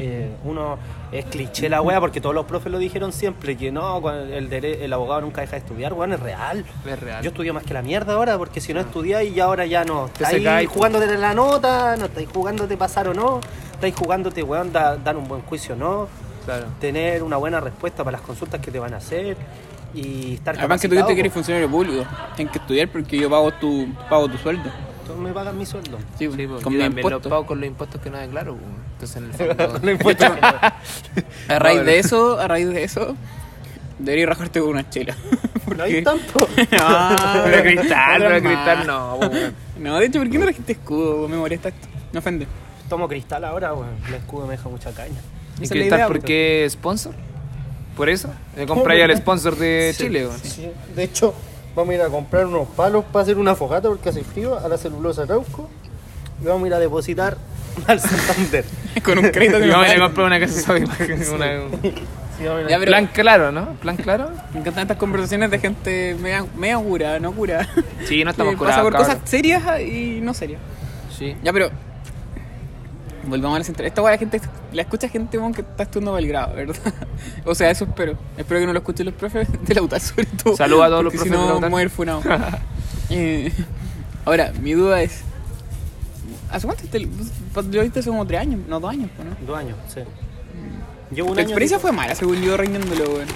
A: Eh, uno es cliché la weá porque todos los profes lo dijeron siempre, que no, cuando el, dere- el abogado nunca deja de estudiar, weón, es real.
C: Es real.
A: Yo estudio más que la mierda ahora porque si no estudiáis y ahora ya no.
C: Te secáis,
A: Estáis
C: po.
A: jugándote en la nota, no estáis jugándote pasar o no, estáis jugándote, weón, da- dar un buen juicio o no
C: Claro.
A: tener una buena respuesta para las consultas que te van a hacer y estar
B: Además que tú
A: capacitado,
B: que eres
A: po.
B: funcionario público. Tienes que estudiar porque yo pago tu, pago tu sueldo.
A: Tú pues. me pagas mi sueldo.
B: Sí,
C: Sí, po,
B: con
C: yo
B: mi
C: también lo
B: impuesto.
C: pago con los impuestos que no declaro. po. Entonces, en el fondo.
B: A raíz de eso, a raíz de eso, debería rajarte con una chela.
A: No
B: Porque-
A: hay tanto.
B: Ah, No,
C: Pero cristal, pero
B: normal.
C: cristal no, po, weón.
B: No, de hecho, ¿por qué no la gente escudo? Me molesta esto. Me ofende.
A: Tomo cristal ahora, weón. El escudo me deja mucha caña.
B: Esa
C: ¿Y
B: es
C: qué
B: la
C: tal?
B: idea, pues.
C: ¿Por
B: po.
C: qué sponsor? ¿Por eso? Le compré ya el sponsor de Chile, weón.
A: Sí, De hecho, vamos a ir a comprar unos palos para hacer una fogata porque hace frío a la celulosa Cauco. Y vamos a ir a depositar al Santander.
B: Con un crédito que
C: Y
B: me
C: vamos a ir a
B: pagan.
C: comprar una casa sobre imagen, una-
A: Sí, vamos a ver.
B: Ya, pero-
C: Plan claro, ¿no? Plan claro.
B: Me encantan estas conversaciones de gente media, media cura, no cura.
C: Sí, no estamos
B: Que
C: curados,
B: Pasa por
C: cabrón.
B: cosas serias y no serias.
C: Sí.
B: Ya, pero. Volvamos a la central. Esta weá la gente la escucha gente weón, que está estudiando Belgrado, ¿verdad? O sea, eso espero. Espero que no lo escuchen los profes de la UTA, sobre todo.
C: Saludos a todos los
B: porque
C: profes de la
B: Si no,
C: UTA.
B: vamos a ir funados. Eh, ahora, mi duda es. ¿Hace cuánto te lo viste hace como tres años? No, dos años, pues, ¿no?
A: Dos años, sí. Llevo un
B: La
A: año
B: experiencia
A: tipo-
B: fue mala, según yo, reinándolo, weón.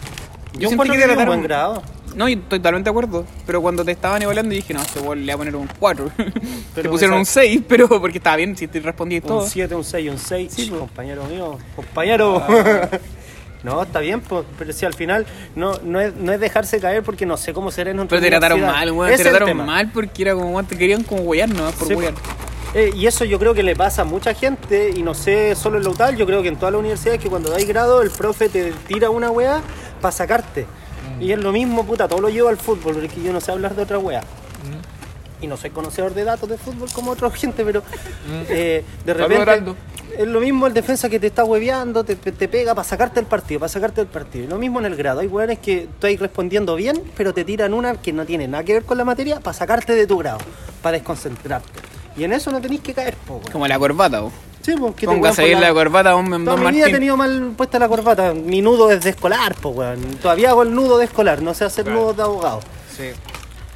A: Yo
B: sentí
A: encuentro
B: que
A: que tiene un
B: trataron-
A: buen grado.
B: No, yo estoy totalmente de acuerdo. Pero cuando te estaban evaluando, yo dije, no, este weón le voy a poner un 4. te
A: Pero
B: pusieron
A: esa-
B: un 6, pero porque estaba bien, si te respondías todo.
A: Un 7, un 6, un 6.
B: Sí, pues. po.
A: compañero mío, compañero. no, está bien, po, pero si al final no, no, es, no es dejarse caer porque no sé cómo será en otra
B: Pero te trataron
A: universidad.
B: mal, weón.
A: Ese
B: Te
A: es el
B: trataron
A: tema.
B: mal porque era como, weón, te querían como huear, ¿no? Por
A: Sí,
B: huear.
A: Eh, y eso yo creo que le pasa a mucha gente, y no sé solo en la UTAL, yo creo que en todas las universidades que cuando dais grado el profe te tira una weá para sacarte.
B: Mm.
A: Y es lo mismo, puta, todo lo llevo al fútbol, porque yo no sé hablar de otra weá. Y no soy conocedor de datos de fútbol como otra gente, pero
B: Mm.
A: eh, de
C: Saludos,
A: repente
C: Heraldo.
A: es lo mismo el defensa que te está hueveando, te, te- te pega para sacarte el partido, para sacarte el partido. Y lo mismo en el grado, hay weones que estáis respondiendo bien, pero te tiran una que no tiene nada que ver con la materia para sacarte de tu grado, para desconcentrarte. Y en eso no tenéis que caer, po, weón.
B: Como la corbata, weón.
A: Sí, po, que te
B: Pongas
A: wean
B: ahí
A: por
B: la corbata, un en
A: Toda
B: Don
A: mi vida he
B: Martín.
A: tenido mal puesta la corbata. Mi nudo es de escolar, po, weón. Todavía hago el nudo de escolar, no sé hacer
C: Claro.
A: nudos de abogado.
C: Sí.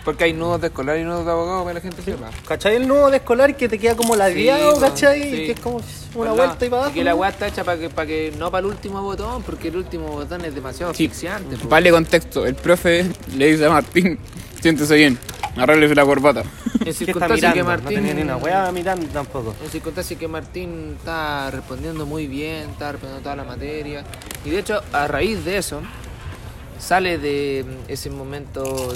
C: Porque hay nudos de escolar y nudos de abogado para que la gente sepa.
A: ¿Cachai? El nudo de escolar que te queda como ladriado,
C: po,
A: ¿cachai?
C: sí.
A: Que es como una
C: ¿Verdad?
A: vuelta y para abajo.
C: Pues que la
A: ¿no?
C: weá está hecha para que, para que no para el último botón, porque el último botón es demasiado
B: Sí.
C: asfixiante. po.
B: Vale contexto. El profe le dice a Martín, siéntese bien, arréglese la corbata.
C: En
A: Que está
C: circunstancias
A: mirando,
C: que
A: no tenía ni
C: Martín.
A: una weá mirando tampoco.
C: en circunstancias que Martín está respondiendo muy bien, está respondiendo toda la materia. Y de hecho, a raíz de eso, sale de mm, ese momento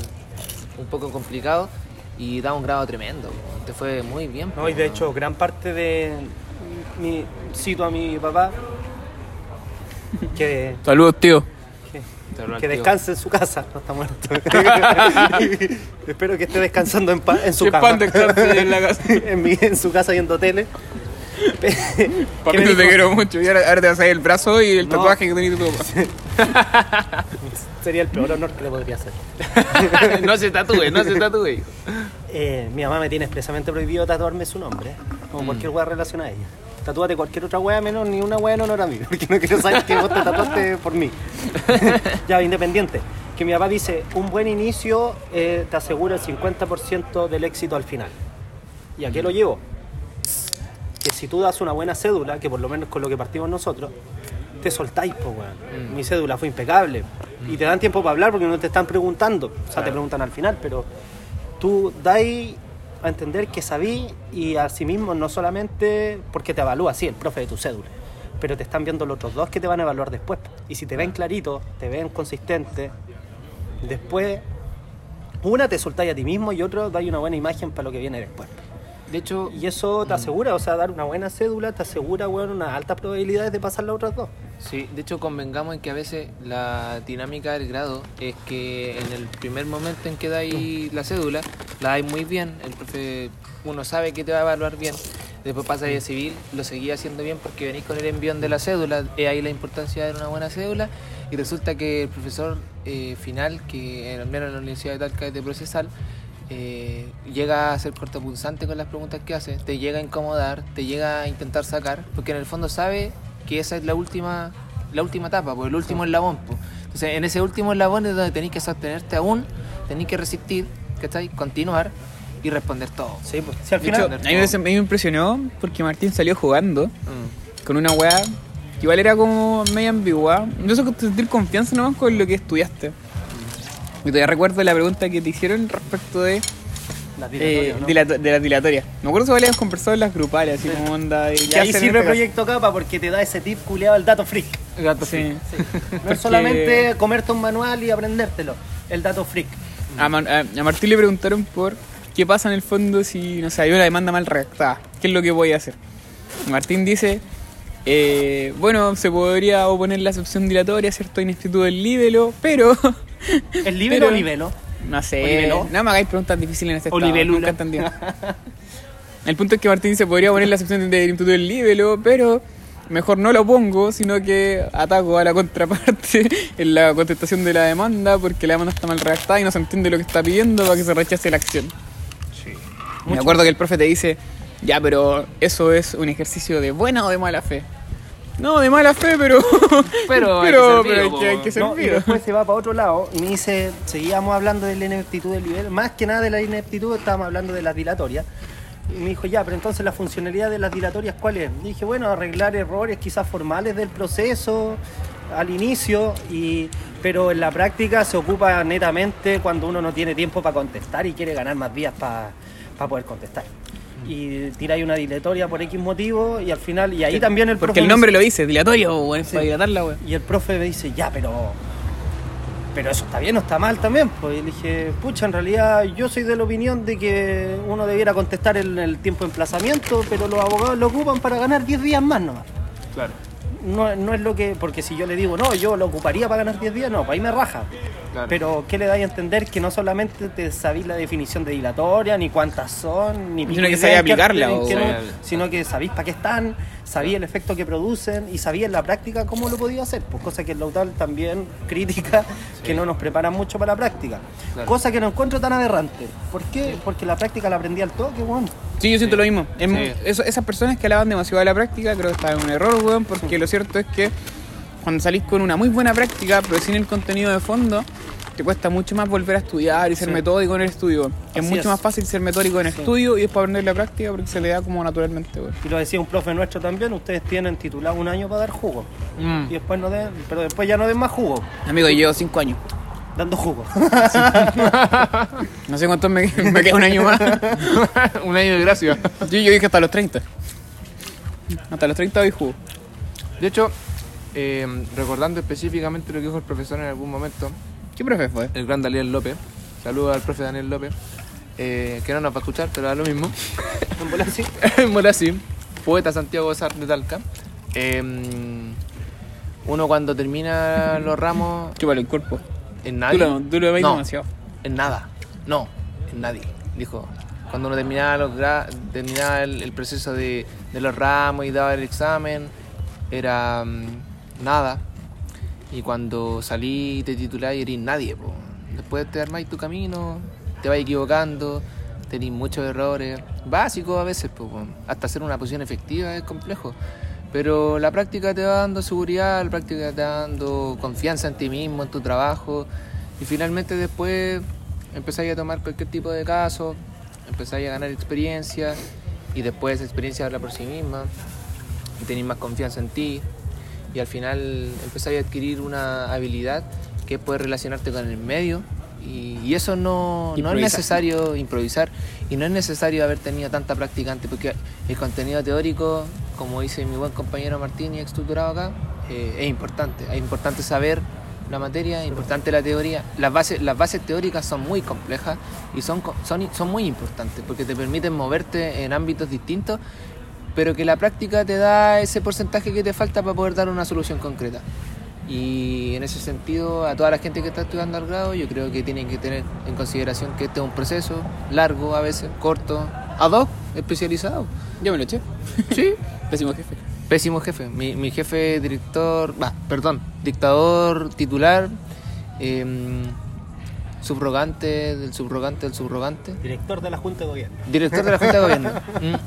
C: un poco complicado y da un grado tremendo. po. Te fue muy bien. po.
A: No, y de hecho, gran parte de. Mi, cito a mi papá. Que.
B: Saludos, tío.
A: que-
C: Te habló al
A: que
C: tío.
A: descanse en su casa, no está muerto. Espero que esté descansando en, pa- en su
B: Qué
A: cama.
B: pan descanse en la casa.
A: en, mi- en su casa viendo tele. Pe- que me
B: Papito, te
A: dijo,
B: quiero mucho. Y ahora, ahora te vas a ir el brazo y el
A: No.
B: tatuaje que tenés de tu papá.
A: Sería el peor honor que le podría hacer.
C: no se tatúe, no se tatúe. hijo.
A: Eh, mi mamá me tiene expresamente prohibido tatuarme su nombre, como cualquier hueá relacionada a ella. Tatúate cualquier otra hueá menos ni una hueá en honor a mí, porque no quiero saber que vos te tatuaste por mí. ya, independiente. Que mi papá dice, un buen inicio eh, te asegura el 50% del éxito al final. ¿Y a qué lo llevo? Que si tú das una buena cédula, que por lo menos con lo que partimos nosotros, te soltáis, po, weón. Mi cédula fue impecable. Y te dan tiempo para hablar porque no te están preguntando. O sea, te preguntan al final, pero tú dais a entender que sabí y asimismo no solamente porque te evalúa, sí, el profe de tu cédula, pero te están viendo los otros dos que te van a evaluar después. Y si te ven clarito, te ven consistente, después una te soltáis a ti mismo y otro dais una buena imagen para lo que viene después.
C: De hecho,
A: Y eso
B: Mm.
A: te asegura, o sea, dar una buena cédula te asegura, bueno, unas altas probabilidades de pasar las otras dos.
C: Sí, de hecho convengamos en que a veces la dinámica del grado es que en el primer momento en que dais la cédula, la dais muy bien, el profe uno sabe que te va a evaluar bien, después pasa a civil, lo seguís haciendo bien porque venís con el envión de la cédula, es ahí la importancia de una buena cédula, y resulta que el profesor eh, final, que al menos en la Universidad de Talca es de procesal, eh, llega a ser cortopunzante con las preguntas que hace, te llega a incomodar, te llega a intentar sacar, porque en el fondo sabe que esa es la última la última etapa, pues el último eslabón. po. Entonces, en ese último eslabón es donde tenéis que sostenerte aún, tenéis que resistir, ¿cachai? Continuar y responder todo.
A: Sí, pues. Si al
B: De hecho, a
A: final.
B: mí me, a mí me impresionó porque Martín salió jugando.
A: Mm.
B: con una weá que igual era como media ambigua. Empiezo a sentir confianza nomás con lo que estudiaste. Y todavía recuerdo la pregunta que te hicieron respecto de,
A: las
B: eh,
A: dilatorias, ¿no?
B: dilato- de, la dilatoria. Me acuerdo que habíamos conversado en las grupales, así como onda. de,
A: Y
B: ¿qué
A: ahí
B: hacer en
A: sirve
B: este
A: Proyecto Capa porque te da ese tip culeado el dato freak.
B: caso? Gato, sí.
A: No
B: Porque-
A: es solamente comerte un manual y aprendértelo, el dato freak.
B: A, Man- a- a Martín le preguntaron por qué pasa en el fondo si, no sé, hay una demanda mal redactada. ¿Qué es lo que voy a hacer? Martín dice, eh, bueno, se podría oponer la excepción dilatoria, ¿cierto? Ineptitud del libelo, pero...
A: ¿Es libelo o
B: Pero-
A: libelo?
B: No sé.
A: Oliveló.
B: No me hagáis preguntas difíciles en este estado.
A: Olivelula.
B: Nunca entendí. El punto es que Martín se podría poner la sección de Dream Tutor Libelo, pero mejor no lo pongo, sino que ataco a la contraparte en la contestación de la demanda porque la demanda está mal redactada y no se entiende lo que está pidiendo para que se rechace la acción.
A: Sí.
B: Me acuerdo que el profe te dice, ya, pero eso es un ejercicio de buena o de mala fe. No, de mala fe, pero.
C: Pero hay que
B: pero,
C: ser
B: pero hay
C: vivo,
B: que, hay
C: po.
B: que ser
A: No, y
B: vivo.
A: después se va para otro lado y me dice, seguíamos hablando de la ineptitud del nivel, más que nada de la ineptitud, estábamos hablando de las dilatorias. Y me dijo, ya, pero entonces la funcionalidad de las dilatorias, ¿cuál es? Y dije, bueno, arreglar errores quizás formales del proceso al inicio, y, pero en la práctica se ocupa netamente cuando uno no tiene tiempo para contestar y quiere ganar más días para poder contestar. Y tiráis una dilatoria por X motivo y al final, y ahí también el
B: Porque
A: profe
B: el
A: me
B: nombre lo dice, dilatorio, weón, es
A: Sí.
B: para dilatarla, weón.
A: y el profe me dice, ya, pero. Pero eso está bien o está mal también. Pues y le dije, pucha, en realidad yo soy de la opinión de que uno debiera contestar en el tiempo de emplazamiento, pero los abogados lo ocupan para ganar 10 días más nomás.
C: Claro,
A: No, no es lo que. Porque si yo le digo, no, yo lo ocuparía para ganar 10 días, no, para ahí me raja.
C: claro.
A: Pero ¿qué le dais a entender? Que no solamente te sabís la definición de dilatoria, ni cuántas son, ni
B: Sino
A: pico
B: que
A: idea
B: sabéis
A: en qué
B: aplicarla,
A: arte- en
B: o-
A: qué no,
C: Sabéis-
A: sino que sabéis para qué están, sabéis el efecto que producen y sabéis en la práctica cómo lo podía hacer. Pues cosa que el lautal también critica, que no nos prepara mucho para la práctica.
C: Claro.
A: Cosa que no encuentro tan aberrante. ¿Por qué? Porque la práctica la aprendí al toque, bueno.
B: Sí, yo siento
C: Sí.
B: lo mismo. Es
C: Sí.
B: mu- eso- esas personas que hablaban demasiado de la práctica, creo que estaban en un error, weón, porque lo cierto es que cuando salís con una muy buena práctica, pero sin el contenido de fondo, te cuesta mucho más volver a estudiar y ser
A: Sí.
B: metódico en el estudio. es
A: Así
B: mucho
A: es.
B: más fácil ser metódico en el
A: Sí.
B: estudio y después aprender la práctica porque se le da como naturalmente, weón.
A: Y lo decía un profe nuestro también, ustedes tienen titulado un año para dar jugo.
C: Mm.
A: Y después no den, pero después ya no den más jugo,
B: Amigo, yo llevo cinco años.
A: dando jugo.
B: No sé cuántos me, me queda un año más.
C: Un año de gracia.
B: Yo, yo dije hasta los 30. Hasta los 30 hoy jugo.
C: De hecho, eh, recordando específicamente lo que dijo el profesor en algún momento,
B: ¿Qué profe fue?
C: el gran Daniel López. Saludos al profe Daniel López, eh, que no nos va a escuchar, pero da lo mismo.
A: En volar, sí.
C: Mola sí, poeta Santiago Sar de Talca. Eh, uno cuando termina los ramos,
B: Chúpale el cuerpo.
C: en
B: Tú
C: nadie.
B: lo, tú lo veis
C: no,
B: demasiado.
C: en nada. No, en nadie. Dijo, cuando uno terminaba, los gra- terminaba el, el proceso de, de los ramos y daba el examen, era mm, nada. Y cuando salí te titulás y eres nadie. po. Después te armáis tu camino, te vas equivocando, tenés muchos errores. Básicos a veces, po, po. hasta hacer una posición efectiva es complejo. Pero la práctica te va dando seguridad, la práctica te va dando confianza en ti mismo, en tu trabajo. Y finalmente después empezáis a tomar cualquier tipo de caso, empezáis a ganar experiencia y después esa experiencia habla por sí misma y tenéis más confianza en ti y al final empezáis a adquirir una habilidad que es poder relacionarte con el medio y, y eso no, no es
B: Improvisar.
C: necesario improvisar y no es necesario haber tenido tanta práctica antes porque el contenido teórico, como dice mi buen compañero Martín y ex tutorado acá, eh, es importante, es importante saber la materia, es importante la teoría. Las bases, las bases teóricas son muy complejas y son, co- son, son muy importantes porque te permiten moverte en ámbitos distintos pero que la práctica te da ese porcentaje que te falta para poder dar una solución concreta. Y en ese sentido, a toda la gente que está estudiando al grado, yo creo que tienen que tener en consideración que este es un proceso largo, a veces corto, ad hoc, especializado.
B: Yo me lo eché.
C: Sí,
B: Pésimo jefe.
C: pésimo jefe. Mi, mi jefe director, bah, perdón, dictador titular, em, subrogante del subrogante del subrogante,
A: Director de la Junta de Gobierno.
C: director de la Junta de Gobierno. Mm.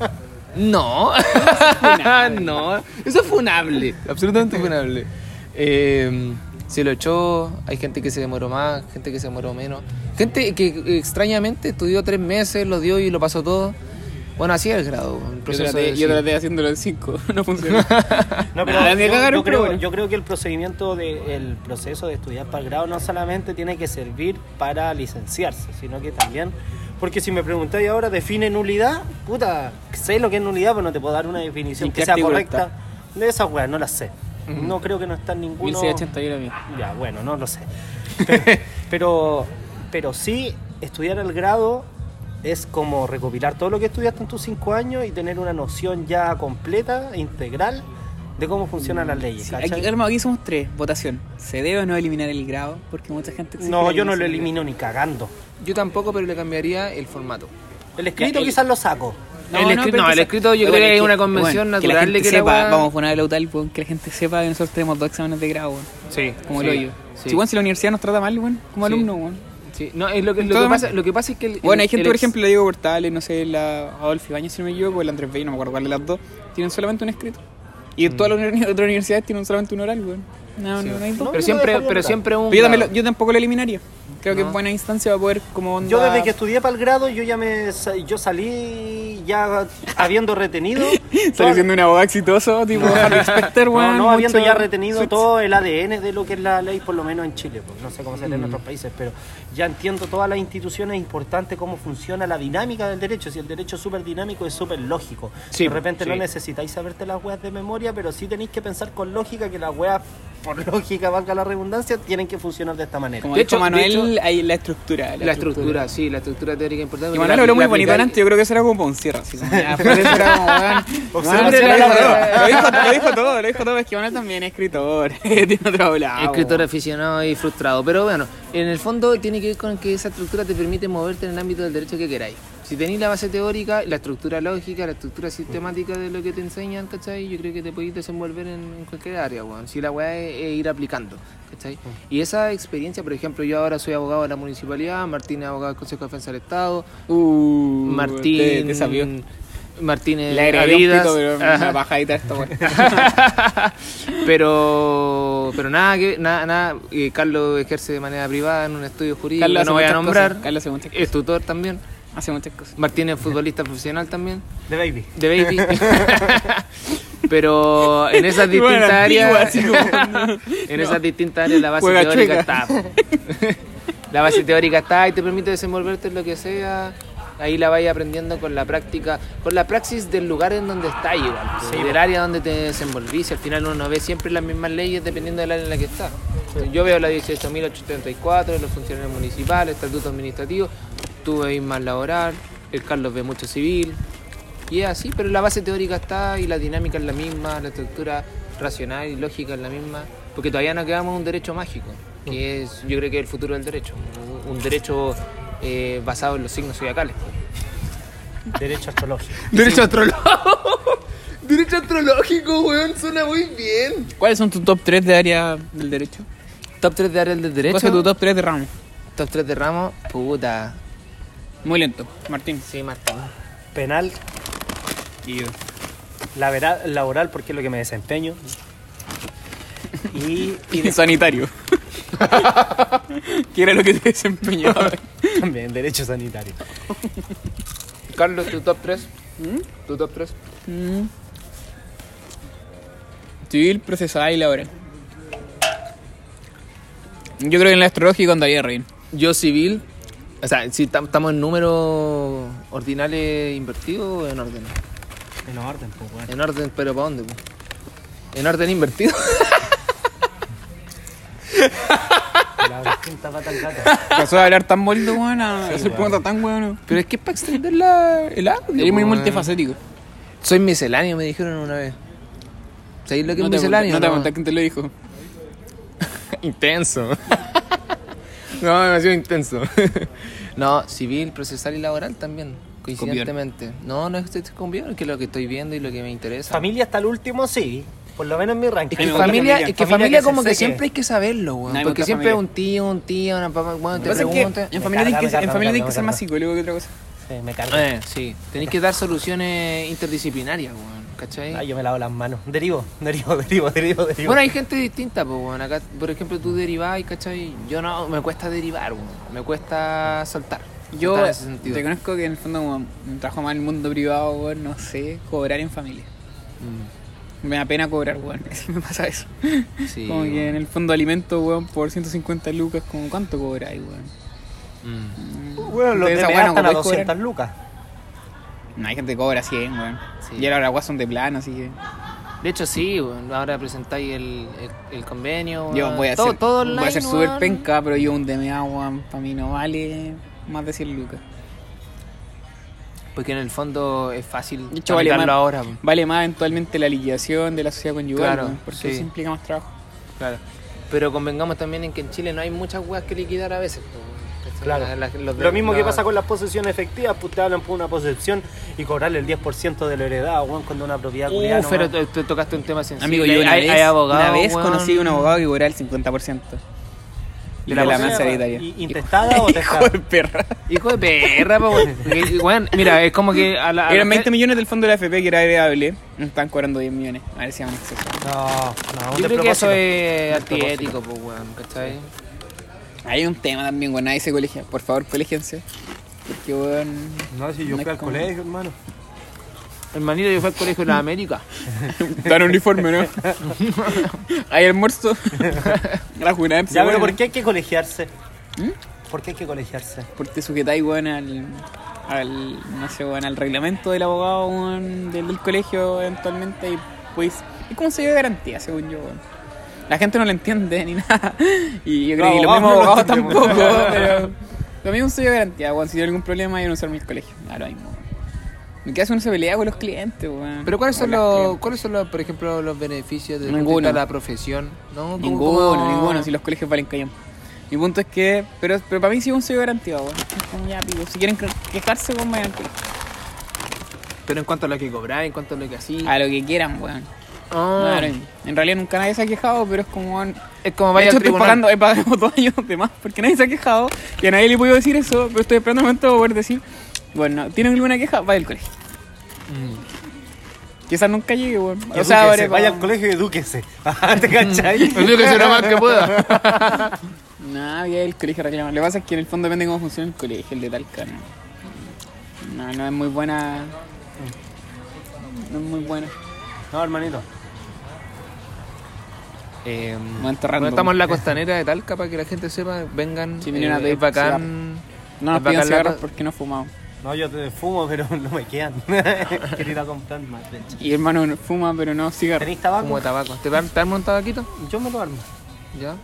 C: No, no, eso es funable, absolutamente funable. Eh, se lo echó, hay gente que se demoró más, gente que se demoró menos, gente que extrañamente estudió tres meses, lo dio y lo pasó todo. Bueno, así es el grado. el
B: Yo
C: proceso
B: traté,
C: de-
B: yo traté haciéndolo en 5, no funcionó.
A: No, pero
B: Nada, me
A: yo,
B: cagaron,
A: yo
B: pero
A: creo,
B: bueno.
A: yo creo que el procedimiento de- el proceso de estudiar para el grado no solamente tiene que servir para licenciarse, sino que también, porque si me preguntáis ahora, define nulidad, puta, sé lo que es nulidad, pero no te puedo dar una definición
B: ¿En
A: que
B: qué
A: sea
B: artículo
A: correcta. De esas weas, no las sé. No creo que no está en ninguno.
B: 1680 yo lo vi.
A: Ya, bueno, no lo sé. Pero, pero, pero sí, estudiar el grado es como recopilar todo lo que estudiaste en tus cinco años y tener una noción ya completa, integral, de cómo funcionan las leyes.
B: Mm, Sí,
A: ¿cachai?
B: aquí, hermano, aquí somos tres. Votación. ¿Se debe o no eliminar el grado? Porque mucha gente... exige
A: no,
B: la
A: yo no lo
B: eliminación
A: elimino ni cagando.
C: Yo tampoco, pero le cambiaría el formato.
A: El escrito
B: el-
A: quizás lo saco.
C: No, no,
B: el escrito,
C: pero
B: no,
C: que
B: el
C: se-
B: escrito yo creo
C: Oigan,
B: que
C: es
B: es
C: que-
B: una convención
C: bueno, que la
B: natural
C: gente
B: de que la
C: sepa,
B: weá-
C: vamos a
B: poner el weón, que la gente sepa que nosotros tenemos dos exámenes de grado, weón.
C: Sí.
B: Como
C: sí,
B: el hoyo.
C: sí.
B: Si, weón, si la universidad nos trata mal, weón, como
C: Sí.
B: alumno, weón.
C: Sí, No, es lo que, lo
B: Todo
C: que
B: mal.
C: pasa, lo que pasa es que... el-
B: Bueno, hay
C: el-
B: gente,
C: el
B: por
C: ex-
B: ejemplo, la Diego Portales, no sé, la Adolfo Ibañez, si no me equivoco, el Andrés Bello, no me acuerdo cuál de las dos, tienen solamente un escrito. Y en todas las uni- otras universidades tienen solamente un oral, weón. No,
C: Sí.
B: no, no hay
A: No,
B: dos.
A: yo
C: Pero
A: lo
C: siempre,
A: dejaría
C: pero
A: entrar.
C: siempre un...
B: Pero yo, también lo-
C: grado.
B: yo tampoco lo eliminaría. Creo que
C: No.
B: es buena instancia para poder, como.
A: Yo
B: onda-
A: desde que estudié para el grado, yo ya me sa- yo salí ya habiendo retenido.
B: Sale
A: toda-
B: siendo un abogado exitoso, tipo Harry Specter,
A: no,
B: weón.
A: no, habiendo
B: mucho-
A: ya retenido
B: Suits.
A: todo el ADN de lo que es la ley, por lo menos en Chile, pues, no sé cómo será
B: Mm.
A: en otros países, pero ya entiendo todas las instituciones importantes, cómo funciona la dinámica del derecho. Si el derecho es súper dinámico, es súper lógico.
B: Sí,
A: de repente no
B: sí.
A: necesitáis saberte las weas de memoria, pero sí tenéis que pensar con lógica que las weas, por lógica, valga la redundancia, tienen que funcionar de esta manera.
B: Como
C: De
B: dijo
C: hecho-
B: Manuel,
C: de hecho-
B: hay la estructura.
C: La, estructura, sí, la estructura teórica importante.
B: Y
C: porque
B: Manuel
C: la-
B: habló muy
C: la
B: bonito
C: aplicar-
B: antes, yo creo que eso era como Poncierra. Así como, ya, por eso era como, weón.
A: Observación
B: Manuel,
C: de
B: lo, dijo
C: la-
B: todo, lo dijo- lo dijo todo, lo dijo todo. Es que Manuel también es escritor, tiene otro lado.
C: Escritor aficionado y frustrado. Pero bueno, en el fondo tiene que ver con que esa estructura te permite moverte en el ámbito del derecho que queráis. Si tenéis la base teórica, la estructura lógica, la estructura sistemática de lo que te enseñan, ¿cachai? Yo creo que te podéis desenvolver en, en cualquier área, weón. Si la weá es, es ir aplicando,
B: Mm.
C: ¿cachai? Y esa experiencia, por ejemplo, yo ahora soy abogado de la municipalidad, Martín es abogado del Consejo de Defensa del Estado,
B: Uh,
C: Martín.
B: Te, te sabió.
C: Martín es
B: Le agregué un
C: Adidas.
B: pito, pero
C: Ajá.
B: una bajadita a esto, weón.
C: pero pero nada que nada nada eh, Carlos ejerce de manera privada en un estudio jurídico
B: Carlos
C: que
B: hace
C: no voy a
B: muchas
C: nombrar
B: cosas, Carlos hace muchas
C: es tutor también
B: Hace muchas cosas.
C: Martínez futbolista profesional también
A: De baby.
C: de baby pero en esas
B: Y bueno,
C: distintas
B: antigua,
C: áreas
B: así como, no.
C: en esas distintas áreas la base
B: Juega
C: teórica
B: chueca.
C: está la base teórica está y te permite desenvolverte en lo que sea ahí la vais aprendiendo con la práctica con la praxis del lugar en donde estás igual pues, del área donde te desenvolvís al final uno ve siempre las mismas leyes dependiendo del área en la que está yo veo la 18.834 los funcionarios municipales estatuto administrativo tú veis más laboral el Carlos ve mucho civil y es así, pero la base teórica está y la dinámica es la misma, la estructura racional y lógica es la misma, porque todavía no quedamos en un derecho mágico, que es, yo creo que es el futuro del derecho, un- un derecho eh, basado en los signos zodiacales.
A: Derecho astrológico.
B: Derecho astrológico.
C: Derecho astrológico, weón, suena muy bien.
B: ¿Cuáles son tus top 3 de área del derecho?
C: Top 3 de áreas del
B: ¿Cuáles son
C: derecho.
B: tus top 3 de ramo?
C: Top 3 de ramos, puta.
B: Muy lento, Martín.
C: Sí, Martín.
A: Penal,
B: Y yo.
A: labera- laboral, porque es lo que me desempeño. Y, y de-
B: sanitario. que era lo que te desempeñaba.
A: también derecho sanitario.
C: Carlos, tu top 3. Tu top 3.
B: Mm. Civil, procesada y laboral. Yo creo que en la astrológica andaría reír.
C: Yo civil. O sea, si tam- estamos en números ordinales invertidos o en orden.
A: En orden, pues, weón.
C: En orden, pero ¿para dónde? po? En orden invertido.
A: La distinta pata al gato.
B: Pasó de hablar tan bonito, weón, a hacer preguntas tan weón.
C: pero es que es para extender la, el audio.
B: Eres muy
C: po,
B: multifacético.
C: weón. Soy misceláneo, me dijeron una vez. ¿Sabéis lo que
B: No
C: es
B: te
C: misceláneo?
B: no te
C: no?
B: aguantas quién te lo dijo.
C: Intenso. no, demasiado intenso. no, civil, procesal y laboral también, coincidentemente. No, no estoy conviviendo, que es lo que estoy viendo y lo que me interesa.
A: Familia hasta el último, sí. Por lo menos en mi ranking.
C: Es que
B: me gusta
C: familia,
B: familia.
C: es que Eh, familia
A: se
C: como que
A: seque.
C: siempre hay que saberlo, weón.
B: Nadie me
C: Porque
B: gusta
C: siempre
B: familia.
C: un tío, un tío, una papá, weón, te
B: Lo que pasa es
C: preguntan.
B: que en
A: Me
B: familia
A: carga,
B: tienes
A: me
B: que, en
A: carga,
B: familia
A: me
B: tienes que ser
A: carga.
B: más psicólogo que otra cosa.
A: Sí, me cargo.
C: Eh, sí, tenéis que dar soluciones interdisciplinarias, weón, ¿cachai?
A: Ay, yo me lavo las manos. Derivo, derivo, derivo, derivo, derivo.
C: Bueno, hay gente distinta, pues, weón. Acá, por ejemplo, tú derivás, ¿cachai? Yo no, me cuesta derivar, weón. Me cuesta soltar.
B: Yo
C: Soltar en ese sentido.
B: te conozco que en el fondo como me trabajo más en el mundo privado, weón, no sé, cobrar en familia. Me da pena cobrar, weón. Me pasa eso.
C: Mm. Sí,
B: como que en
C: weón.
B: el fondo alimento, weón, por 150 lucas, como cuánto cobráis, weón.
C: Mm.
A: Bueno, los
B: de
A: de
B: esa
A: me
B: weá no
A: gastan a
B: podés
A: 200
B: cobrar.
A: lucas.
B: No, hay gente que cobra 100, weón.
C: Sí.
B: Y ahora las guas son de plano, así que.
C: De hecho, sí, weón. Ahora presentáis el, el, el convenio. weón.
B: Yo voy a
C: todo,
B: ser, voy
C: todo
B: a
C: online,
B: ser súper
C: weón.
B: penca, pero yo un DMA, weón, para mí no vale más de 100 lucas.
C: Porque en el fondo es fácil
B: De hecho, vale más,
C: tramitarlo ahora, weón.
B: vale más eventualmente la liquidación de la sociedad conyugal,
C: Claro,
B: weón, porque
C: sí.
B: eso implica más trabajo.
C: Claro. Pero convengamos también en que en Chile no hay muchas weas que liquidar a veces. po, weón. ¿cachai?
A: Claro.
C: La- la- los de-
A: lo mismo que
C: la-
A: pasa con las posesiones efectivas, pues te hablan por una posesión y cobrarle el 10% de la heredad, weón, cuando una propiedad culiá
C: Uh,
A: nomás.
C: pero te, te tocaste un tema sensible.
B: Amigo, yo una
C: hay,
B: vez,
C: hay abogados,
B: una vez
C: weón.
B: conocí a un abogado que cobraba el 50%.
A: ¿Y
B: De la,
A: la
B: masa
A: moneda?
B: hereditaria.
A: ¿Y- intestada o
B: Hijo
A: testada?
B: de perra.
C: Hijo de perra, po, weón. Porque, weón, Mira, es como que a
A: Ah,
C: la. a
B: Eran
C: la-
B: 20 millones del fondo de la FP que era heredable. Nos estaban cobrando 10 millones. A ver si vamos a hacer.
A: No, no, un
C: Yo creo que eso
A: despropósito.
C: es antiético, pues, weón, ¿cachai?
B: Hay un tema también, weón. Nadie se colegia. Por favor, colegiense. Porque, weón.
A: No, si yo
B: No
A: fui
B: es
A: al
B: como-
A: colegio, hermano.
C: Hermanito, yo fui al colegio de la América.
B: Dan uniforme, ¿no? Hay almuerzo. La jurada.
A: Ya, pero ¿por qué hay que colegiarse?
B: ¿Mm?
A: ¿Por qué hay que colegiarse?
B: Porque te sujetáis, weón, al. al. no sé, weón, al reglamento del abogado, weón, del, del colegio, eventualmente. Y pues. Es como se dio garantía, según yo, weón. La gente no lo entiende ni nada. Y yo creo
A: Los
B: que
A: abogados
B: los mismos
A: no lo
B: abogados
A: entendemos.
B: tampoco, pero. Lo mismo se dio garantía, weón. Si tiene algún problema, yo no usarme el colegio. Ahora mismo, weón. Me queda uno se pelea con los clientes, weón.
C: Pero ¿cuáles son,
B: Con las
C: los,
B: clientes.
C: ¿cuáles son los, por ejemplo, los beneficios de
B: Ninguno.
C: la profesión? No, ¿cómo-
B: Ninguno,
C: cómo?
B: ninguno, si los colegios valen callón. Mi punto es que, pero, pero para mí sí es un sello garantía, weón. Es como ya, pico, Si quieren quejarse, weón, vayan al colegio.
C: Pero en cuanto a lo que cobráis, en cuanto a lo que así.
B: A lo que quieran, weón.
C: Ah,
B: Claro, en realidad nunca nadie se ha quejado, pero es como, weón.
C: Es como
B: De
C: vaya
B: hecho,
C: al
B: estoy
C: tribunal.
B: pagando, he pagado dos años de más porque nadie se ha quejado y a nadie le he podido decir eso, pero estoy esperando un momento para poder decir, bueno, ¿tienen alguna queja? Vaya al colegio.
C: Mm.
B: Quizás nunca llegue, weón. O sea,
A: Edúquese,
B: vale,
A: vaya
B: pa-
A: al colegio y edúquese. ¿Te cachai?
C: El único que se lo más que pueda.
B: No, ya el colegio reclama. Lo que pasa es que en el fondo depende de cómo funciona el colegio, el de Talca. No, no, no es muy buena. No es muy buena.
C: Mm.
A: No, hermanito.
C: Eh,
B: Momento
C: bueno,
B: random.
C: estamos en la costanera de Talca para que la gente sepa, vengan,
B: Sí, vinieron a
C: eh,
B: pedir
C: es bacán.
B: No
C: es
B: nos pidan
C: bacán la-
B: cigarros porque no fumamos.
A: No, yo te fumo, pero no me quedan. Quiero ir a comprar más. de hecho.
B: Y hermano no fuma, pero no cigarros.
A: ¿Tenéis tabaco?
C: Como tabaco. ¿Te, ar- te armo un tabaquito?
A: Yo me lo armo.
C: ¿Ya?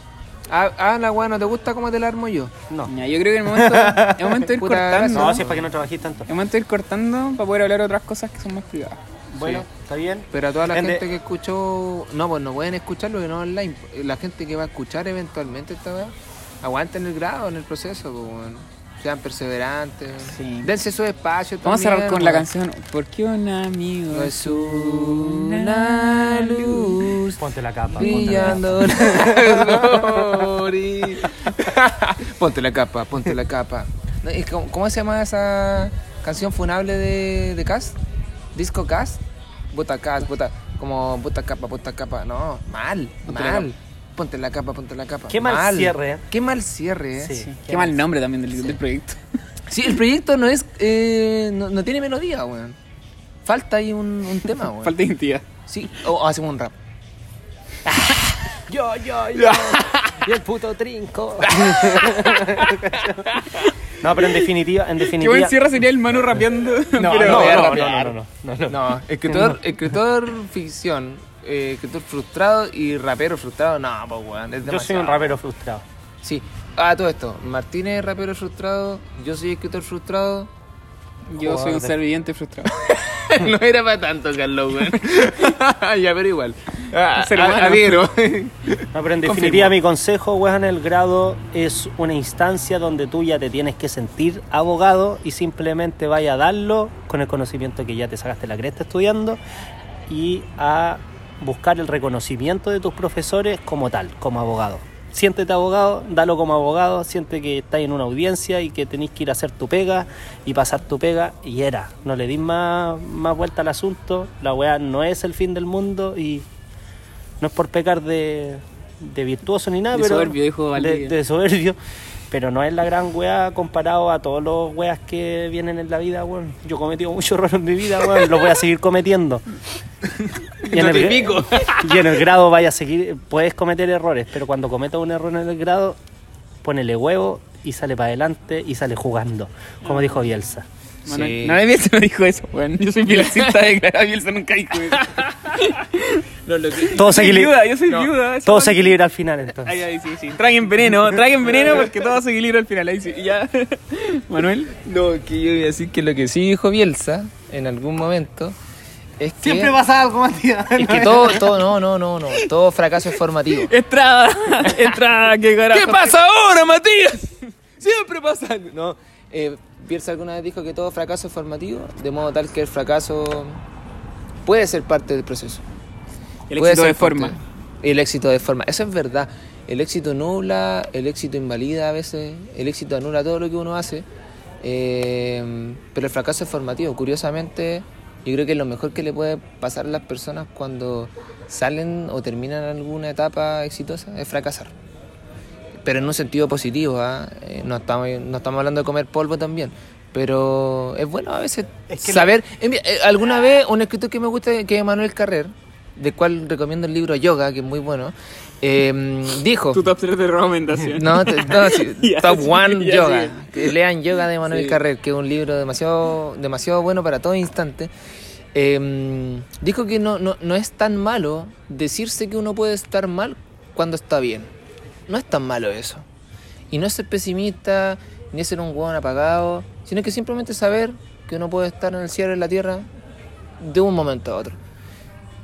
C: Ah, ah, la weá, ¿no te gusta cómo te la armo yo?
A: No.
B: Ya, yo creo que el momento, el momento de ir
C: Puta,
B: cortando.
A: No, si es para que no trabajéis tanto.
B: El momento de ir cortando para poder hablar otras cosas que son más privadas.
A: Bueno,
C: Sí.
A: ¿está bien?
C: Pero a toda la
A: Gente-
C: gente que escuchó, no, pues no pueden escucharlo que no online. La gente que va a escuchar eventualmente esta weá, aguanten el grado en el proceso, pues, weón. sean perseverantes,
B: Sí.
C: dense su espacio.
B: Vamos a
C: también,
B: cerrar con la
C: weón.
B: canción Porque un amigo
C: No es una luz
A: Ponte la capa. ponte la capa.
C: brillando las flores. Ponte la capa, ponte la capa. No, es como- ¿Cómo se llama esa canción funable de, de Cast? ¿Disco Cast? Bota Cast, bota, como bota capa, bota capa. No, mal,
B: Ponte la
C: mal. ponte la capa, ponte la capa.
A: Qué mal cierre, ¿eh?
C: Qué mal cierre, ¿eh?
A: Sí.
B: Sí, Qué mal nombre también del, del proyecto.
C: Sí, el proyecto no es. eh, no, no tiene melodía, weón. Falta ahí un, un tema, weón.
B: Falta de identidad.
C: Sí, o o hacemos un rap.
A: Yo, yo, yo. y el puto trinco. no, pero en definitiva, en
B: Qué
A: definitiva.
B: buen cierre sería el Manu rapeando.
A: No,
B: pero-
A: no,
C: voy a
A: no,
C: rapear.
A: no, no, no, no, no.
C: No, escritor, escritor ficción, eh, escritor frustrado y rapero frustrado. No, pues weón, es
A: Yo soy
C: demasiado.
A: un rapero frustrado.
C: Sí. Ah, todo esto. Martínez es rapero frustrado, yo soy escritor frustrado.
B: Yo soy un
A: Joder.
B: ser viviente frustrado.
C: no era para tanto, Carlos, weón. ya, pero igual. Ah,
B: Ser
C: a-
B: humano.
C: adhiero.
A: No, pero en definitiva mi consejo, weón, el grado es una instancia donde tú ya te tienes que sentir abogado y simplemente vaya a darlo con el conocimiento que ya te sacaste la cresta estudiando y a buscar el reconocimiento de tus profesores como tal, como abogado. Siéntete abogado, dalo como abogado, siente que estás en una audiencia y que tenés que ir a hacer tu pega y pasar tu pega y era. No le dis más, más vuelta al asunto, la weá no es el fin del mundo y no es por pecar de, de virtuoso ni nada,
B: De
A: pero.
B: soberbio, dijo
A: de,
B: Valdivia.
A: de soberbio. Pero no es la gran wea comparado a todos los weas que vienen en la vida, weón. Yo he cometido muchos errores en mi vida, weón. Los voy a seguir cometiendo.
C: No te
A: gra-
C: pico.
A: y en el grado vaya a seguir. Puedes cometer errores, pero cuando cometas un error en el grado, ponele huevo y sale para adelante y sale jugando. Como dijo Bielsa.
B: Bueno,
C: Sí.
B: Nadie Bielsa no dijo eso, weón. Yo soy violacista declarado, Bielsa nunca dijo eso.
A: Todo se
B: Soy
A: equilibra.
B: viuda, yo soy
C: No,
B: viuda. eso
A: Todo
B: no-
A: se equilibra al final, entonces.
B: Ay, ay, sí, sí. Traguen veneno, traguen veneno porque todo se equilibra al final. Ahí sí, ya. Manuel.
C: No, que yo voy a decir que lo que sí dijo Bielsa en algún momento es que.
A: pasa algo, Matías.
C: Es que todo, todo, no, no, no, no. Todo fracaso es formativo.
B: Estrada, Estrada, qué carajo.
C: ¿Qué pasa ahora, Matías? Siempre pasa algo. No, eh, Bielsa alguna vez dijo que todo fracaso es formativo, de modo tal que el fracaso puede ser parte del proceso.
B: El
C: Puede
B: éxito
C: ser
B: de forma.
C: parte. El éxito de forma. Eso es verdad. El éxito nubla, el éxito invalida a veces, el éxito anula todo lo que uno hace. Eh, pero el fracaso es formativo. Curiosamente, yo creo que es lo mejor que le puede pasar a las personas cuando salen o terminan alguna etapa exitosa es fracasar. Pero en un sentido positivo, ¿ah? Eh, no, estamos, no estamos hablando de comer polvo también. Pero es bueno a veces
A: Es que
C: saber. Eh, mira, eh, alguna vez, un escritor que me gusta, que es Manuel Carrer, del cual recomiendo el libro Yoga, que es muy bueno, eh, dijo.
B: Tu top 3 de recomendación.
C: No, te- no, sí,
B: Ya,
C: Top
B: sí,
C: One
B: ya,
C: Yoga.
B: sí.
C: Que Lean Yoga de Manuel
B: Sí.
C: Carrer, que es un libro demasiado, demasiado bueno para todo instante. Eh, dijo que no, no, no es tan malo decirse que uno puede estar mal cuando está bien. No es tan malo eso. Y no es ser pesimista, ni es ser un hueón apagado, sino que simplemente saber que uno puede estar en el cielo y en la tierra de un momento a otro.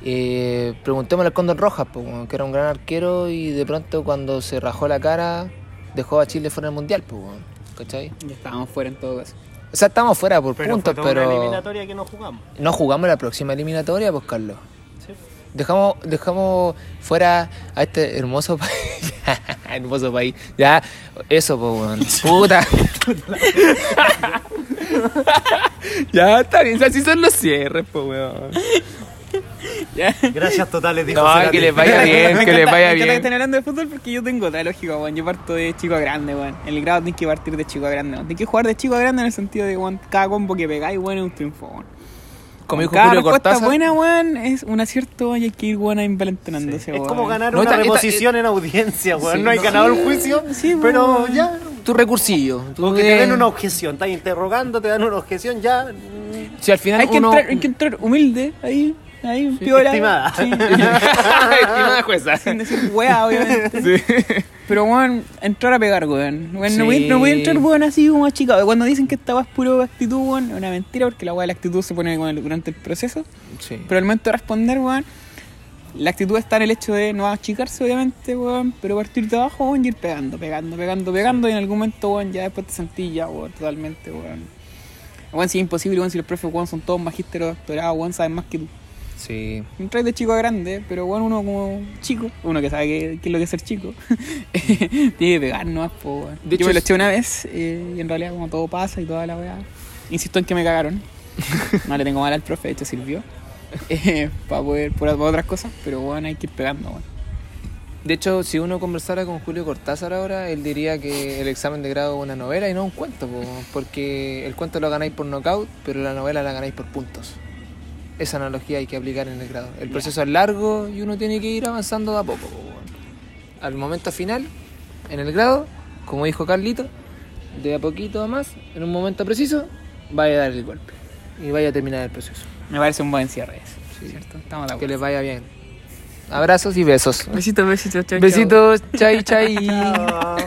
C: Eh, preguntémosle al Cóndor Rojas, po, weón, que era un gran arquero y de pronto cuando se rajó la cara dejó a Chile fuera del mundial, po, weón, ¿cachai?
B: Ya estábamos fuera en todo caso.
C: O sea, estamos fuera por
A: Pero
C: puntos,
A: fue toda una
C: pero
A: eliminatoria que no jugamos.
C: no jugamos la próxima eliminatoria, pues Carlos.
A: Sí.
C: Dejamos, dejamos fuera a este hermoso país. hermoso país. Ya, eso, po, weón. Puta. ya, está bien. Así son los cierres, po, weón.
B: Ya.
A: Gracias totales, dijo
C: No,
A: Cerati.
C: que les vaya bien, que
B: Me
C: les vaya
B: encanta que
C: bien.
B: estén hablando de fútbol porque yo tengo otra lógica, weón. Yo parto de chico a grande, weón. En el grado tienes que partir de chico a grande, weón. Tienes que jugar de chico a grande en el sentido de, weón, cada combo que pegáis, weón, es un triunfo, weón.
C: Como dijo
B: cada
C: Julio
B: respuesta
C: Cortázar.
B: buena, weón, es un acierto weón, y hay que ir, weón, envalentonándose,
A: Es
B: weón.
A: como ganar
C: No,
A: una
C: esta- esta-
A: reposición en audiencia, weón.
C: Sí,
A: no hay
C: no.
A: ganado el juicio,
B: eh, sí, weón.
A: pero ya.
C: Tu recursillo. tu-
A: Como que te den
C: eh,
A: una objeción. Estás interrogando, te dan una objeción, ya. mm,
C: Si al final
B: Hay que,
C: uno...
B: entrar, hay que entrar humilde, ahí, ahí, piola.
A: estimada.
B: Sí.
C: Ah, Estimada jueza.
B: Sin decir weá, obviamente. Pero, weón, entrar a pegar, weón. Weón,
C: Sí.
B: no, voy, no voy a entrar, weón, así como achicado. Cuando dicen que estabas puro actitud, weón, es una mentira, porque la weá de la actitud se pone con el- durante el proceso.
C: Sí.
B: Pero al momento de responder, weón, la actitud está en el hecho de no achicarse, obviamente, weón, pero partir de abajo, weón, y ir pegando, pegando, pegando, pegando, y en algún momento, weón, ya después te sentís ya, weón, totalmente, weón. Weón, si es imposible, weón, si los profes, weón, son todos magísteros, doctorados, weón, saben más que tú.
C: Sí.
B: Entras de chico a grande, pero bueno, uno como chico, uno que sabe qué, qué es lo que es ser chico, tiene que pegar nomás, po, weón.
C: De
B: Yo
C: hecho,
B: me lo
C: es-
B: eché una vez eh, y en realidad como todo pasa y toda la weá. Insisto en que me cagaron. no le tengo mal al profe, de hecho sirvió. eh, para poder, para, otras cosas, pero bueno, hay que ir pegando, weón.
C: De hecho, si uno conversara con Julio Cortázar ahora, él diría que el examen de grado es una novela y no un cuento, po, porque el cuento lo ganáis por knockout, pero la novela la ganáis por puntos. Esa analogía hay que aplicar en el grado. El proceso es largo y uno tiene que ir avanzando de a poco. po, weón. Al momento final, en el grado, como dijo Carlito, de a poquito a más, en un momento preciso, vaya a dar el golpe y vaya a terminar el proceso.
B: Me parece un buen cierre eso,
C: Sí.
B: ¿cierto? Estamos de
C: Que
B: acuerdo.
C: les vaya bien. Abrazos y besos.
B: Besitos, besitos,
C: Besitos, chai, chai.
A: ah.